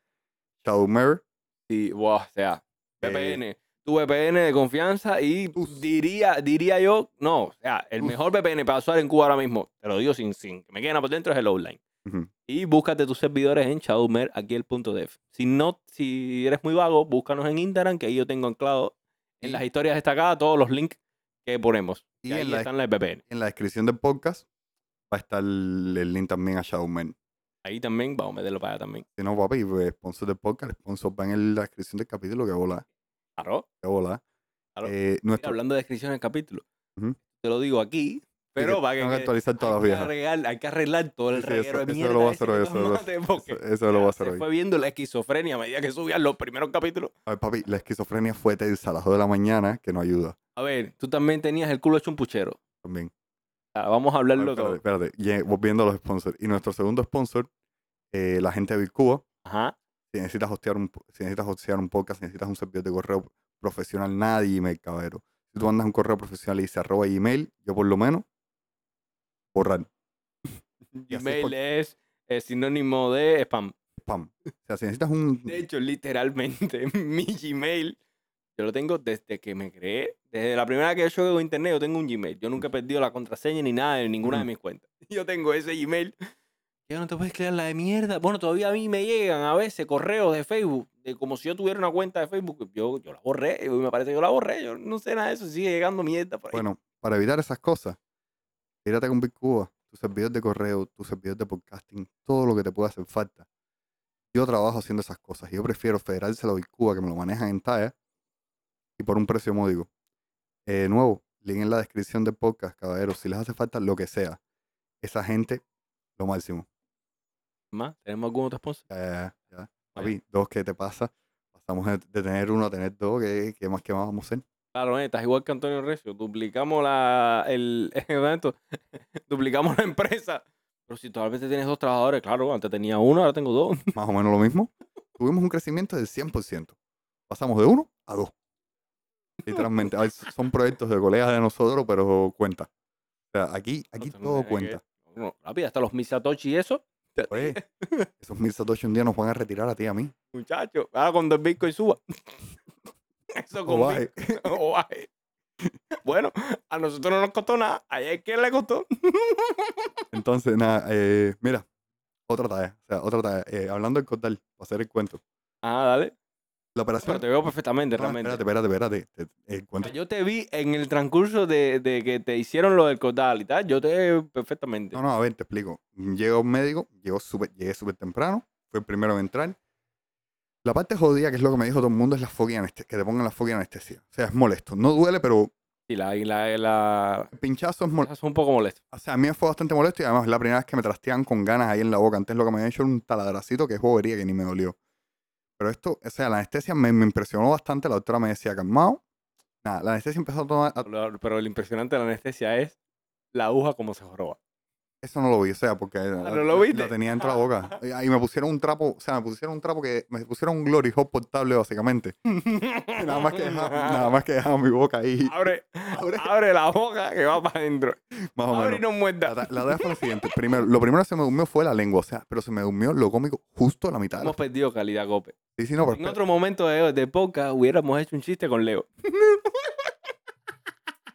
Speaker 1: Shadow Mirror,
Speaker 2: Sí, buah, o sea,
Speaker 1: Eh,
Speaker 2: VPN. tu VPN de confianza y
Speaker 1: Tus.
Speaker 2: diría, diría yo, no, o sea, el
Speaker 1: Tus.
Speaker 2: mejor VPN para usar en Cuba ahora mismo, te lo digo sin, sin que me queden por dentro, es el Outline.
Speaker 1: ujú,
Speaker 2: Y búscate tus servidores en Chaumer, aquí el punto def. Si no, si eres muy vago, búscanos en Instagram, que ahí yo tengo anclado en
Speaker 1: Y-
Speaker 2: las historias destacadas todos los links que ponemos.
Speaker 1: Y
Speaker 2: Y, ahí
Speaker 1: en la-
Speaker 2: están las VPN.
Speaker 1: en la descripción del podcast va a estar el, el link también a Shadow Mirror.
Speaker 2: Ahí también, vamos a meterlo para allá también.
Speaker 1: Si no, papi, pues, sponsor del podcast, el sponsor va en la descripción del capítulo que bola,
Speaker 2: Claro.
Speaker 1: que bola.
Speaker 2: Claro.
Speaker 1: Eh,
Speaker 2: Mira,
Speaker 1: nuestro,
Speaker 2: hablando de descripción del capítulo,
Speaker 1: Ujú.
Speaker 2: te lo digo aquí, pero para
Speaker 1: tengo
Speaker 2: que
Speaker 1: que
Speaker 2: quede-
Speaker 1: actualizar todas las
Speaker 2: hay que
Speaker 1: viejas.
Speaker 2: arreglar- hay que arreglar todo el
Speaker 1: Sí, sí,
Speaker 2: reguero
Speaker 1: eso-
Speaker 2: de
Speaker 1: eso
Speaker 2: mierda.
Speaker 1: lo voy a hacer hoy,
Speaker 2: ese que
Speaker 1: eso lo-
Speaker 2: tomate, porque
Speaker 1: Eso, eso lo
Speaker 2: ya
Speaker 1: voy a hacer
Speaker 2: se
Speaker 1: hoy.
Speaker 2: fue viendo la esquizofrenia a medida que subían los primeros capítulos.
Speaker 1: A ver, papi, la esquizofrenia fue tensa a las 2 de la mañana, que no ayuda
Speaker 2: A ver, tú también tenías el culo hecho un puchero.
Speaker 1: también.
Speaker 2: Ah, vamos a
Speaker 1: A ver,
Speaker 2: hablarlo
Speaker 1: espérate,
Speaker 2: todo.
Speaker 1: espérate. Ye- Volviendo a los sponsors. Y nuestro segundo sponsor, eh, la gente de Bitcuba.
Speaker 2: Ajá.
Speaker 1: Si necesitas hostear un, po- si necesitas hostear un podcast, si necesitas un servidor de correo profesional, nada de email, cabrero. Si tú mandas un correo profesional y dices arroba email, yo por lo menos, borrar. Y así
Speaker 2: Gmail
Speaker 1: fue-
Speaker 2: es eh, sinónimo de spam.
Speaker 1: Spam. O sea, si necesitas un...
Speaker 2: De hecho, literalmente, mi Gmail, yo lo tengo desde que me creé. Desde la primera vez que yo llego a internet, yo tengo un Gmail. Yo nunca he perdido la contraseña ni nada de ninguna de
Speaker 1: Mm.
Speaker 2: mis cuentas. Yo tengo ese Gmail. Yo no te puedes creer la de mierda. Bueno, todavía a mí me llegan a veces correos de Facebook, de como si yo tuviera una cuenta de Facebook. Yo, yo la borré, y me parece que yo la borré. Yo no sé nada de eso, sigue llegando mierda por ahí.
Speaker 1: Bueno, para evitar esas cosas, tírate con Bitcuba, tu servidor de correo, tu servidor de podcasting, todo lo que te pueda hacer falta. Yo trabajo haciendo esas cosas y yo prefiero federárselo a Bitcuba, que me lo manejan en talla y por un precio módico. Eh, de nuevo, link en la descripción del podcast, caballeros. Si les hace falta lo que sea, esa gente, lo máximo.
Speaker 2: Más, ¿Tenemos algún otro sponsor?
Speaker 1: Ya, ya, ya, ya.
Speaker 2: Vale.
Speaker 1: Papi, dos, ¿qué te pasa? Pasamos de de tener uno a tener dos, ¿qué, qué más que más vamos a hacer?
Speaker 2: Claro, eh, estás igual que Antonio Recio. Duplicamos la, el, evento, duplicamos la empresa. Pero si totalmente tienes dos trabajadores, claro, antes tenía uno, ahora tengo dos.
Speaker 1: más o menos lo mismo, tuvimos un crecimiento del 100%. Pasamos de uno a dos. Literalmente. Ay, s- son proyectos de colegas de nosotros, pero cuenta. O sea, aquí, aquí
Speaker 2: Entonces,
Speaker 1: todo
Speaker 2: mira que-
Speaker 1: cuenta.
Speaker 2: No, rápido, hasta los Misatochi y eso.
Speaker 1: Oye, esos mil satoshi un día nos van a retirar a ti y a mí.
Speaker 2: Muchachos, ahora cuando el Bitcoin suba. Eso con
Speaker 1: O baje.
Speaker 2: Bitcoin, o baje. Bueno, a nosotros no nos costó nada. Ayer que le costó.
Speaker 1: Entonces, nada, eh, mira, otra tarea. O sea, otra tarea. Eh, hablando del cordal, para hacer el cuento.
Speaker 2: Ah, dale.
Speaker 1: La operación.
Speaker 2: Pero te veo perfectamente,
Speaker 1: No,
Speaker 2: realmente.
Speaker 1: espérate, espérate, espérate. te- te- el cuento.
Speaker 2: Yo te vi en el transcurso de, de que te hicieron lo del cordal y tal. Yo te veo perfectamente.
Speaker 1: No, no, a ver, te explico. Llega un médico, llegó súper- llegué súper temprano, fue el primero en entrar. La parte jodida, que es lo que me dijo todo el mundo, es la fucking anestesia, que te pongan la fucking anestesia. O sea, es molesto. No duele, pero
Speaker 2: Sí, la, y la, la,
Speaker 1: el pinchazo es molesto.
Speaker 2: es un poco molesto.
Speaker 1: O sea, a mí me fue bastante molesto y además es la primera vez que me trastean con ganas ahí en la boca. Antes lo que me habían hecho era un taladracito que es bobería que ni me dolió. Pero esto, o sea, la anestesia me, me impresionó bastante. La doctora me decía, calmado. Nada, la anestesia empezó a tomar... a-
Speaker 2: Lo- Pero lo impresionante de la anestesia es la aguja como se joroba.
Speaker 1: Eso no lo vi, o sea, porque la,
Speaker 2: Ah, ¿no lo
Speaker 1: la-
Speaker 2: viste? Ah.
Speaker 1: la tenía dentro de la boca. Y- Y me pusieron un trapo, o sea, me pusieron un trapo que me pusieron un glory hole portable básicamente. Y nada más que dejaba, nada más que dejaba mi boca ahí,
Speaker 2: Mm. Abre,
Speaker 1: Abre.
Speaker 2: abre la boca que va para adentro.
Speaker 1: más o
Speaker 2: Abre y
Speaker 1: menos.
Speaker 2: ah, no
Speaker 1: La,
Speaker 2: muerda.
Speaker 1: ta- la idea fue lo siguiente. Primero, lo primero que se me durmió fue la lengua, o sea, pero se me durmió lo cómico justo a la mitad. de la-
Speaker 2: Hemos perdido calidad, Cope.
Speaker 1: Sí, sí, no, pero
Speaker 2: En otro momento de, de podcast hubiéramos hecho un chiste con Leo.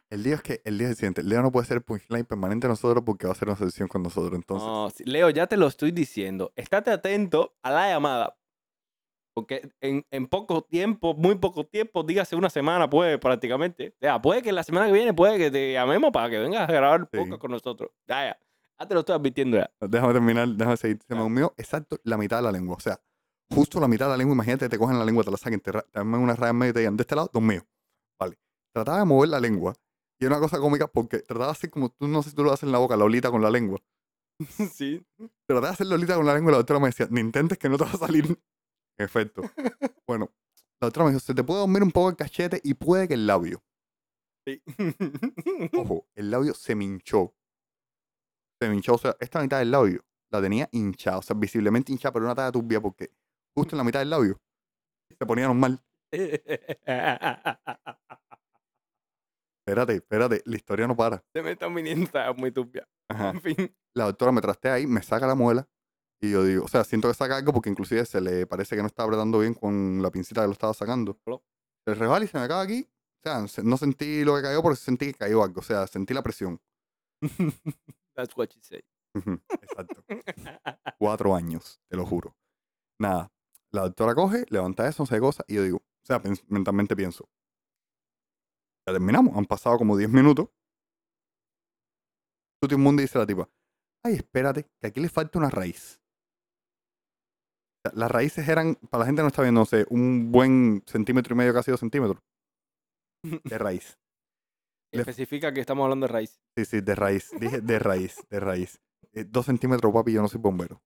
Speaker 1: el día es que el día es el siguiente. Leo no puede ser punchline permanente a nosotros porque va a ser una sesión con nosotros. Entonces,
Speaker 2: No, sí, Leo, ya te lo estoy diciendo. Estate atento a la llamada. Porque en, en poco tiempo, muy poco tiempo, dígase una semana, puede prácticamente. O sea, puede que la semana que viene, puede que te llamemos para que vengas a grabar
Speaker 1: Sí.
Speaker 2: podcast con nosotros. Ya, ya. Ya te lo estoy advirtiendo ya.
Speaker 1: déjame terminar, déjame seguir. Se me
Speaker 2: Dale.
Speaker 1: durmió exacto la mitad de la lengua, o sea, justo la mitad de la lengua. Imagínate, te cogen la lengua, te la saquen, te, ra- te arman una raya en medio y te digan, de este lado, dos míos. Vale. Trataba de mover la lengua. Y era una cosa cómica porque trataba así como tú, no sé si tú lo haces en la boca, la olita con la lengua.
Speaker 2: sí.
Speaker 1: Trataba de hacer la olita con la lengua y la doctora me decía, ni intentes que no te va a salir. En efecto. bueno, la doctora me dijo, se te puede dormir un poco el cachete y puede que el labio.
Speaker 2: sí.
Speaker 1: Ojo, el labio se me hinchó. Se me hinchó, o sea, esta mitad del labio la tenía hinchada, o sea, visiblemente hinchada, pero una talla turbia porque justo en la mitad del labio se ponía normal.
Speaker 2: se
Speaker 1: Espérate, espérate, la historia no para.
Speaker 2: me están viniendo ideas muy tupias.
Speaker 1: Ajá.
Speaker 2: En fin.
Speaker 1: La doctora me trastea ahí, me saca la muela y yo digo, o sea, siento que saca algo porque inclusive se le parece que no estaba apretando bien con la pincita que lo estaba sacando.
Speaker 2: Claro.
Speaker 1: El resbala y se me acaba aquí. O sea, se- no sentí lo que cayó, pero sentí que cayó algo, o sea, sentí la presión.
Speaker 2: That's what she said.
Speaker 1: Ujú, Exacto. Cuatro años, te lo juro. Nada. La doctora coge, levanta eso, se goza, y yo digo, o sea, pens- mentalmente pienso. Ya terminamos, han pasado como 10 minutos. Tuti Mundi dice a la tipa, ay, espérate, que aquí le falta una raíz. O sea, Las raíces eran, para la gente que no está viendo, no sé, un buen centímetro y medio, casi dos centímetros. De raíz. Le-
Speaker 2: Especifica que estamos hablando de raíz.
Speaker 1: Sí, sí, de raíz. Dije de raíz, de raíz. Eh, dos centímetros, papi, yo no soy bombero.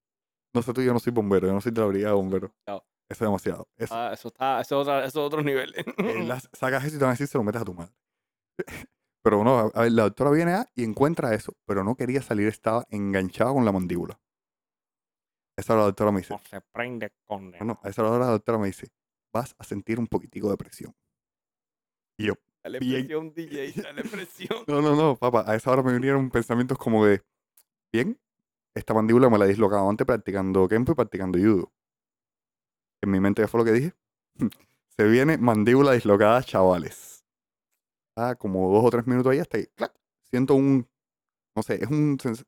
Speaker 1: No sé tú, yo no soy bombero, yo no soy de la brigada de bomberos.
Speaker 2: No.
Speaker 1: Eso es demasiado. Eso,
Speaker 2: Ah, mm. eso está, eso es otra- eso es otros niveles.
Speaker 1: eh, las- sacas eso y te van a decir, se lo metes a tu madre. pero no, a- a ver, la doctora viene a- y encuentra eso, pero no quería salir, estaba enganchado con la mandíbula. Esa hora la doctora me dice,
Speaker 2: No se prende con
Speaker 1: no, no, a esa hora la doctora me dice, vas a sentir un poquitico de presión.
Speaker 2: Dale
Speaker 1: Bien.
Speaker 2: presión, DJ, dale presión.
Speaker 1: No, no, no, papá, a esa hora me vinieron pensamientos como de, bien, esta mandíbula me la he dislocado antes practicando Kempo y practicando Judo. En mi mente, ¿qué fue lo que dije? Se viene mandíbula dislocada, chavales. Ah, como dos o tres minutos ahí hasta que ¡clac! siento un. No sé, es un. sens-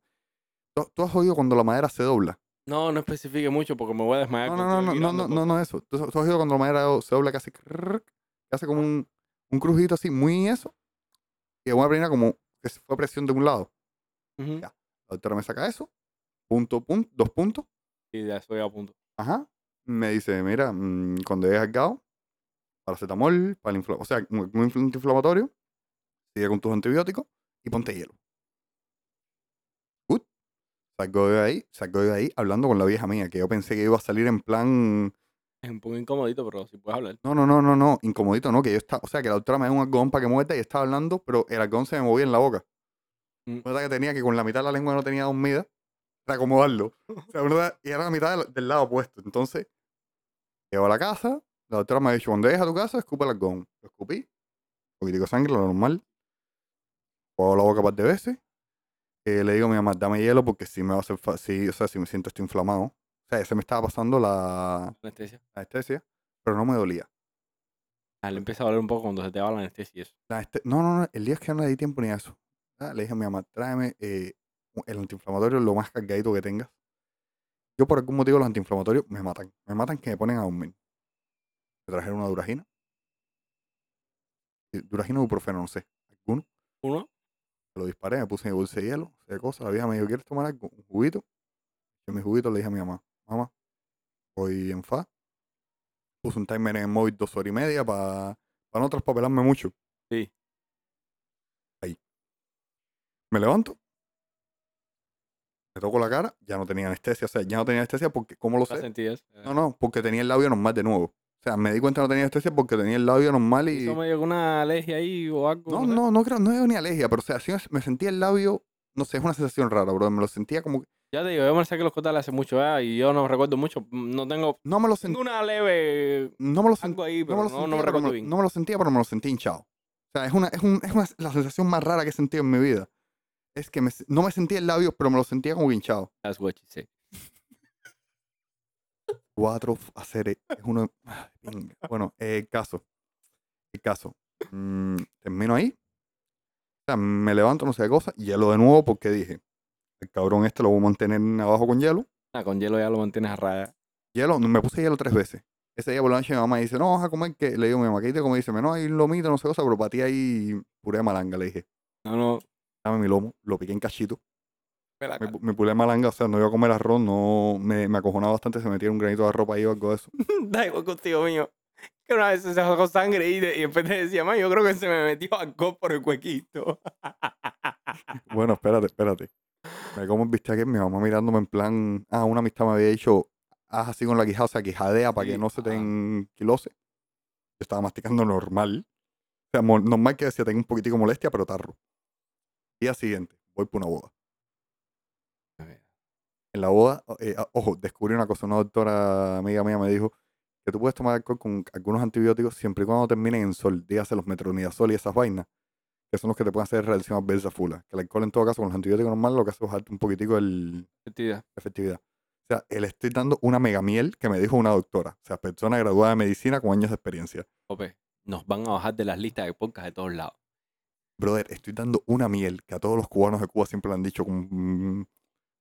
Speaker 1: ¿Tú, tú has oído cuando la madera se dobla?
Speaker 2: No, no especifique mucho porque me voy a desmayar.
Speaker 1: No,
Speaker 2: Ah,
Speaker 1: no,
Speaker 2: cuando
Speaker 1: no,
Speaker 2: estoy
Speaker 1: no,
Speaker 2: aquí
Speaker 1: no,
Speaker 2: dando
Speaker 1: no, no,
Speaker 2: cosas.
Speaker 1: no, eso. ¿Tú, tú has oído cuando la madera se dobla que hace. crrrr, que hace como un, un crujito así, muy eso. Y de una primera, como que se fue presión de un lado.
Speaker 2: Ujú.
Speaker 1: Ya. La doctora me saca eso. Punto, punto, dos puntos.
Speaker 2: Y ya estoy a punto.
Speaker 1: Ajá. Me dice, mira, mm, cuando llegues al GAO, paracetamol, para el infla- o sea, un un infl- antiinflamatorio, sigue con tus antibióticos y ponte hielo. Good. Salgo de ahí, salgo de ahí hablando con la vieja mía, que yo pensé que iba a salir en plan,
Speaker 2: Es un poco incomodito, pero si puedes hablar.
Speaker 1: no, no, no, no, no, incomodito, no, que yo estaba, o sea, que la doctora me da un algodón para que muerta y estaba hablando, pero el algodón se me movía en la boca.
Speaker 2: Mm.
Speaker 1: Una que tenía que con la mitad de la lengua no tenía dormida para acomodarlo. O sea, ¿verdad? Y era la mitad del, del lado opuesto. Entonces, llego a la casa, la doctora me ha dicho, cuando llegues a tu casa, escupe el algodón. Lo escupí, un poquitico de sangre, lo normal. Puedo la boca un par de veces. Eh, le digo a mi mamá, dame hielo porque si me va a hacer, fa- sí, o sea, si me siento estoy inflamado. O sea, se me estaba pasando la
Speaker 2: Anestesia.
Speaker 1: anestesia, pero no me dolía.
Speaker 2: Ah, le empieza a doler un poco cuando se te va la anestesia y eso.
Speaker 1: La este- no, no, no, el día es que no le di tiempo ni a eso. Ah, Le dije a mi mamá, tráeme eh, u- el antiinflamatorio lo más cargadito que tengas. Yo por algún motivo los antiinflamatorios me matan. Me matan que me ponen a dormir. Me trajeron una duragina. Eh, Duragina o ibuprofeno, no sé. Alguno.
Speaker 2: Uno,
Speaker 1: Me lo disparé, me puse mi bolsa de hielo, de cosas. La vieja me dijo, ¿quieres tomar algo? ¿Un juguito? Yo mi juguito le dije a mi mamá, mamá, voy en fa. Puse un timer en el móvil dos horas y media para no traspapelarme mucho.
Speaker 2: Sí.
Speaker 1: Ahí. Me levanto. Me toco la cara, ya no tenía anestesia. O sea, ya no tenía anestesia porque, ¿cómo lo
Speaker 2: ¿la
Speaker 1: sé?
Speaker 2: sentías? Eh,
Speaker 1: No, no, porque tenía el labio normal de nuevo. O sea, me di cuenta que no tenía anestesia porque tenía el labio normal y...
Speaker 2: ¿Hizo medio alguna alergia ahí o algo?
Speaker 1: No,
Speaker 2: sé?
Speaker 1: no, no creo, no es ni alergia, pero o sea, sí me- me sentía el labio, no sé, es una sensación rara, bro. Me lo sentía como que.
Speaker 2: Ya te digo, yo me saqué los cotales hace mucho ya y yo no recuerdo mucho. No tengo,
Speaker 1: No me lo
Speaker 2: tengo
Speaker 1: sentía.
Speaker 2: una leve
Speaker 1: No me lo sentía.
Speaker 2: algo ahí,
Speaker 1: No
Speaker 2: pero
Speaker 1: me lo
Speaker 2: no, no,
Speaker 1: sentía,
Speaker 2: me
Speaker 1: pero
Speaker 2: recuerdo
Speaker 1: me,
Speaker 2: bien.
Speaker 1: no me lo sentía, pero me lo sentí hinchado. O sea, es una, es un, es una- la sensación más rara que he sentido en mi vida. Es que me se- no me sentía el labio, pero me lo sentía como que hinchado.
Speaker 2: That's what she said.
Speaker 1: 4 a 0 eh, es uno. Ay, pinga. Bueno, eh, el caso. El caso. Mm, termino ahí. O sea, me levanto, no sé qué cosa, hielo de nuevo porque dije, el cabrón este lo voy a mantener abajo con hielo.
Speaker 2: Ah, con hielo ya lo mantienes a raya.
Speaker 1: hielo, me puse hielo tres veces. Ese día por la noche mi mamá dice, no, vas a comer, que le digo a mi mamá, ¿qué te comes? Dice, no, hay lomito, no sé cosa, pero para ti hay puré de malanga, le dije.
Speaker 2: No, no.
Speaker 1: Dame mi lomo, lo piqué en cachito.
Speaker 2: me la
Speaker 1: Mi,
Speaker 2: ca-
Speaker 1: pu- mi puré de malanga, o sea, no iba a comer arroz, no, me, me acojonaba bastante, se metía un granito de arroz ahí o algo de eso.
Speaker 2: Da igual contigo, mío. Que una vez se sacó sangre y, de- y después te decía, "Ma, yo creo que se me metió algo por el cuequito.
Speaker 1: Bueno, espérate, espérate. Me como el bistec, mi mamá mirándome en plan, ah, una amistad me había dicho, haz así con la quijada, o sea, quijadea para que
Speaker 2: Sí,
Speaker 1: no se te
Speaker 2: ajá.
Speaker 1: enquilose. Yo estaba masticando normal. O sea, mo- normal que decía, tengo un poquitico de molestia, pero tarro. Día siguiente, voy por una boda.
Speaker 2: Ah,
Speaker 1: en la boda, o- eh, a- ojo, descubrí una cosa, una doctora amiga mía me dijo que tú puedes tomar alcohol con algunos antibióticos siempre y cuando terminen en sol, dígase los metronidazol y esas vainas, que son los que te pueden hacer reacción adversa fula. Que el alcohol en todo caso con los antibióticos normales lo que hace es bajarte un poquitico el,
Speaker 2: Mentira.
Speaker 1: la efectividad. O sea, él estoy dando una megamiel que me dijo una doctora, o sea, persona graduada de medicina con años de experiencia.
Speaker 2: Ope, nos van a bajar de las listas de podcast de todos lados.
Speaker 1: Brother, estoy dando una miel que a todos los cubanos de Cuba siempre le han dicho con,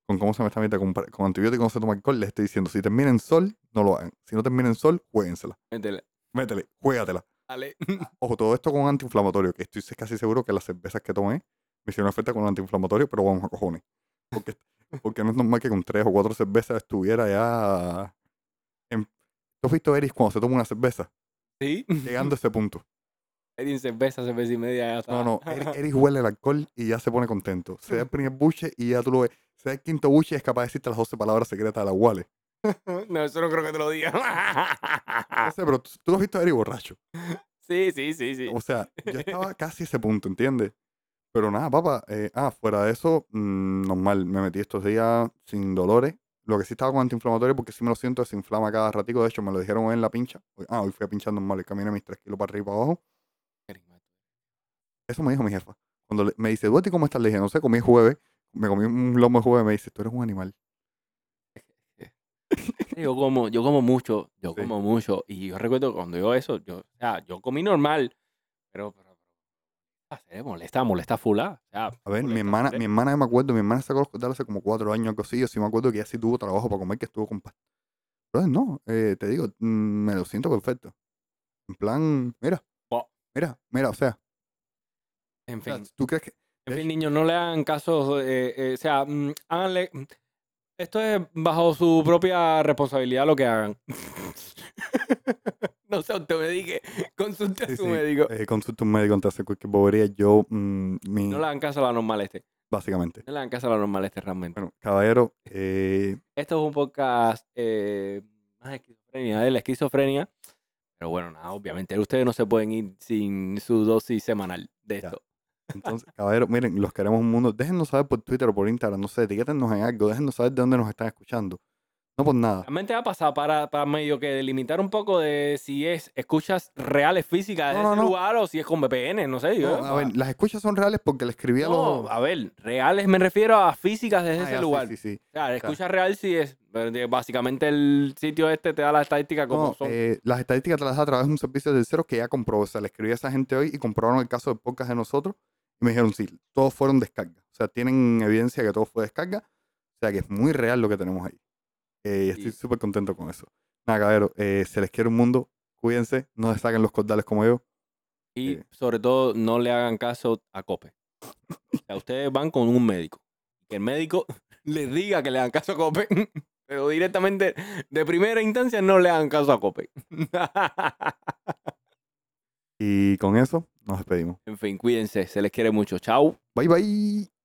Speaker 1: con cómo se me está metiendo, con, con antibióticos no se toma alcohol, les estoy diciendo, si termina en sol, no lo hagan. Si no termina en sol, juéguensela.
Speaker 2: Métele.
Speaker 1: métele, juégatela.
Speaker 2: Dale.
Speaker 1: Ojo, todo esto con antiinflamatorio, que estoy casi seguro que las cervezas que tomé me hicieron efecto con antiinflamatorio, pero vamos a cojones. Porque, porque no es normal que con tres o cuatro cervezas estuviera ya... en- ¿Tú has visto Eris cuando se toma una cerveza?
Speaker 2: ¿Sí?
Speaker 1: Llegando a ese punto.
Speaker 2: Edin cerveza, cerveza y media. Ya está.
Speaker 1: No, no, Eris, Eris huele el alcohol y ya se pone contento. Se da el primer buche y ya tú lo ves. Se da el quinto buche y es capaz de decirte las 12 palabras secretas de la Wale.
Speaker 2: no, eso no creo que te lo diga. Ah.
Speaker 1: No sé, pero tú, tú lo has visto a Eris borracho.
Speaker 2: sí, sí, sí, sí.
Speaker 1: O sea, yo estaba casi a ese punto, ¿entiendes? Pero nada, papá. eh, ah, fuera de eso, mm, normal. Me metí estos días sin dolores. Lo que sí estaba con antiinflamatorio, porque sí me lo siento, desinflama cada ratico. De hecho, me lo dijeron hoy en la pincha. Hoy- Ah, hoy fui a pinchar normal y caminé mis tres kilos para arriba y para abajo. Eso me dijo mi jefa. Cuando le- me dice, ¿duete cómo estás? Le dije, no sé, comí jueves, me comí un lomo de juego y me dice, tú eres un animal.
Speaker 2: Yo como, yo como mucho, yo
Speaker 1: Sí.
Speaker 2: como mucho. Y yo recuerdo cuando yo eso, yo, o sea, yo comí normal, pero, pero, ah, se molesta, molesta fula. O sea,
Speaker 1: A ver, mi
Speaker 2: molesta,
Speaker 1: hermana,
Speaker 2: molesta.
Speaker 1: mi hermana yo me acuerdo, mi hermana sacó los costales hace como cuatro años, algo así. Yo sí me acuerdo que ella sí tuvo trabajo para comer, que estuvo con past- Brother, no, eh, te digo, mm, me lo siento perfecto. En plan, mira,
Speaker 2: Wow.
Speaker 1: mira, mira, o sea,
Speaker 2: En
Speaker 1: o sea,
Speaker 2: fin,
Speaker 1: ¿tú crees que
Speaker 2: en
Speaker 1: es-
Speaker 2: fin, niños, no le hagan caso, eh, eh, o sea, mm, háganle, mm, esto es bajo su propia responsabilidad lo que hagan. no se automedique, consulte a
Speaker 1: Sí,
Speaker 2: su
Speaker 1: sí,
Speaker 2: médico.
Speaker 1: eh, consulta un médico antes de hacer cualquier bobería? Yo, mm, mi-
Speaker 2: No le hagan caso a la normal este,
Speaker 1: básicamente.
Speaker 2: no le hagan caso a la normal este realmente.
Speaker 1: Bueno, caballero, eh,
Speaker 2: Esto es un podcast eh, más de esquizofrenia, de la esquizofrenia. Pero bueno, nada, obviamente ustedes no se pueden ir sin su dosis semanal de
Speaker 1: Ya.
Speaker 2: esto.
Speaker 1: entonces, caballero, miren, los queremos un mundo. Déjennos saber por Twitter o por Instagram, no sé, etiquétennos en algo, déjennos saber de dónde nos están escuchando. No por nada.
Speaker 2: Realmente va a pasar para, para medio que delimitar un poco de si es escuchas reales físicas de
Speaker 1: No, no,
Speaker 2: ese
Speaker 1: no.
Speaker 2: lugar o si es con VPN, no sé.
Speaker 1: No,
Speaker 2: yo-
Speaker 1: a ver, las escuchas son reales porque le escribí a
Speaker 2: ¿eh? no,
Speaker 1: los...
Speaker 2: a ver, reales me refiero a físicas desde
Speaker 1: Ah,
Speaker 2: ese
Speaker 1: ya, sí,
Speaker 2: lugar.
Speaker 1: sí, sí.
Speaker 2: Claro, escucha real si es. pero de- Básicamente el sitio este te da la estadística como
Speaker 1: No,
Speaker 2: son.
Speaker 1: eh, las estadísticas te las da a través de un servicio de terceros que ya comprobó. O sea, le escribí a esa gente hoy y comprobaron el caso de podcast de nosotros y me dijeron, sí, todos fueron descargas. O sea, tienen evidencia que todo fue descarga. O sea, que es muy real lo que tenemos ahí. Eh, y estoy
Speaker 2: Y-
Speaker 1: súper contento con eso. Nada, cabrero, eh, se les quiere un mundo. Cuídense, no se saquen los cordales como yo.
Speaker 2: Y
Speaker 1: Sí.
Speaker 2: sobre todo, no le hagan caso a Cope. O sea, ustedes van con un médico. Que el médico les diga que le hagan caso a Cope, pero directamente, de primera instancia, no le hagan caso a Cope.
Speaker 1: Y con eso nos despedimos.
Speaker 2: en fin, cuídense, se les quiere mucho. Chau.
Speaker 1: Bye, bye.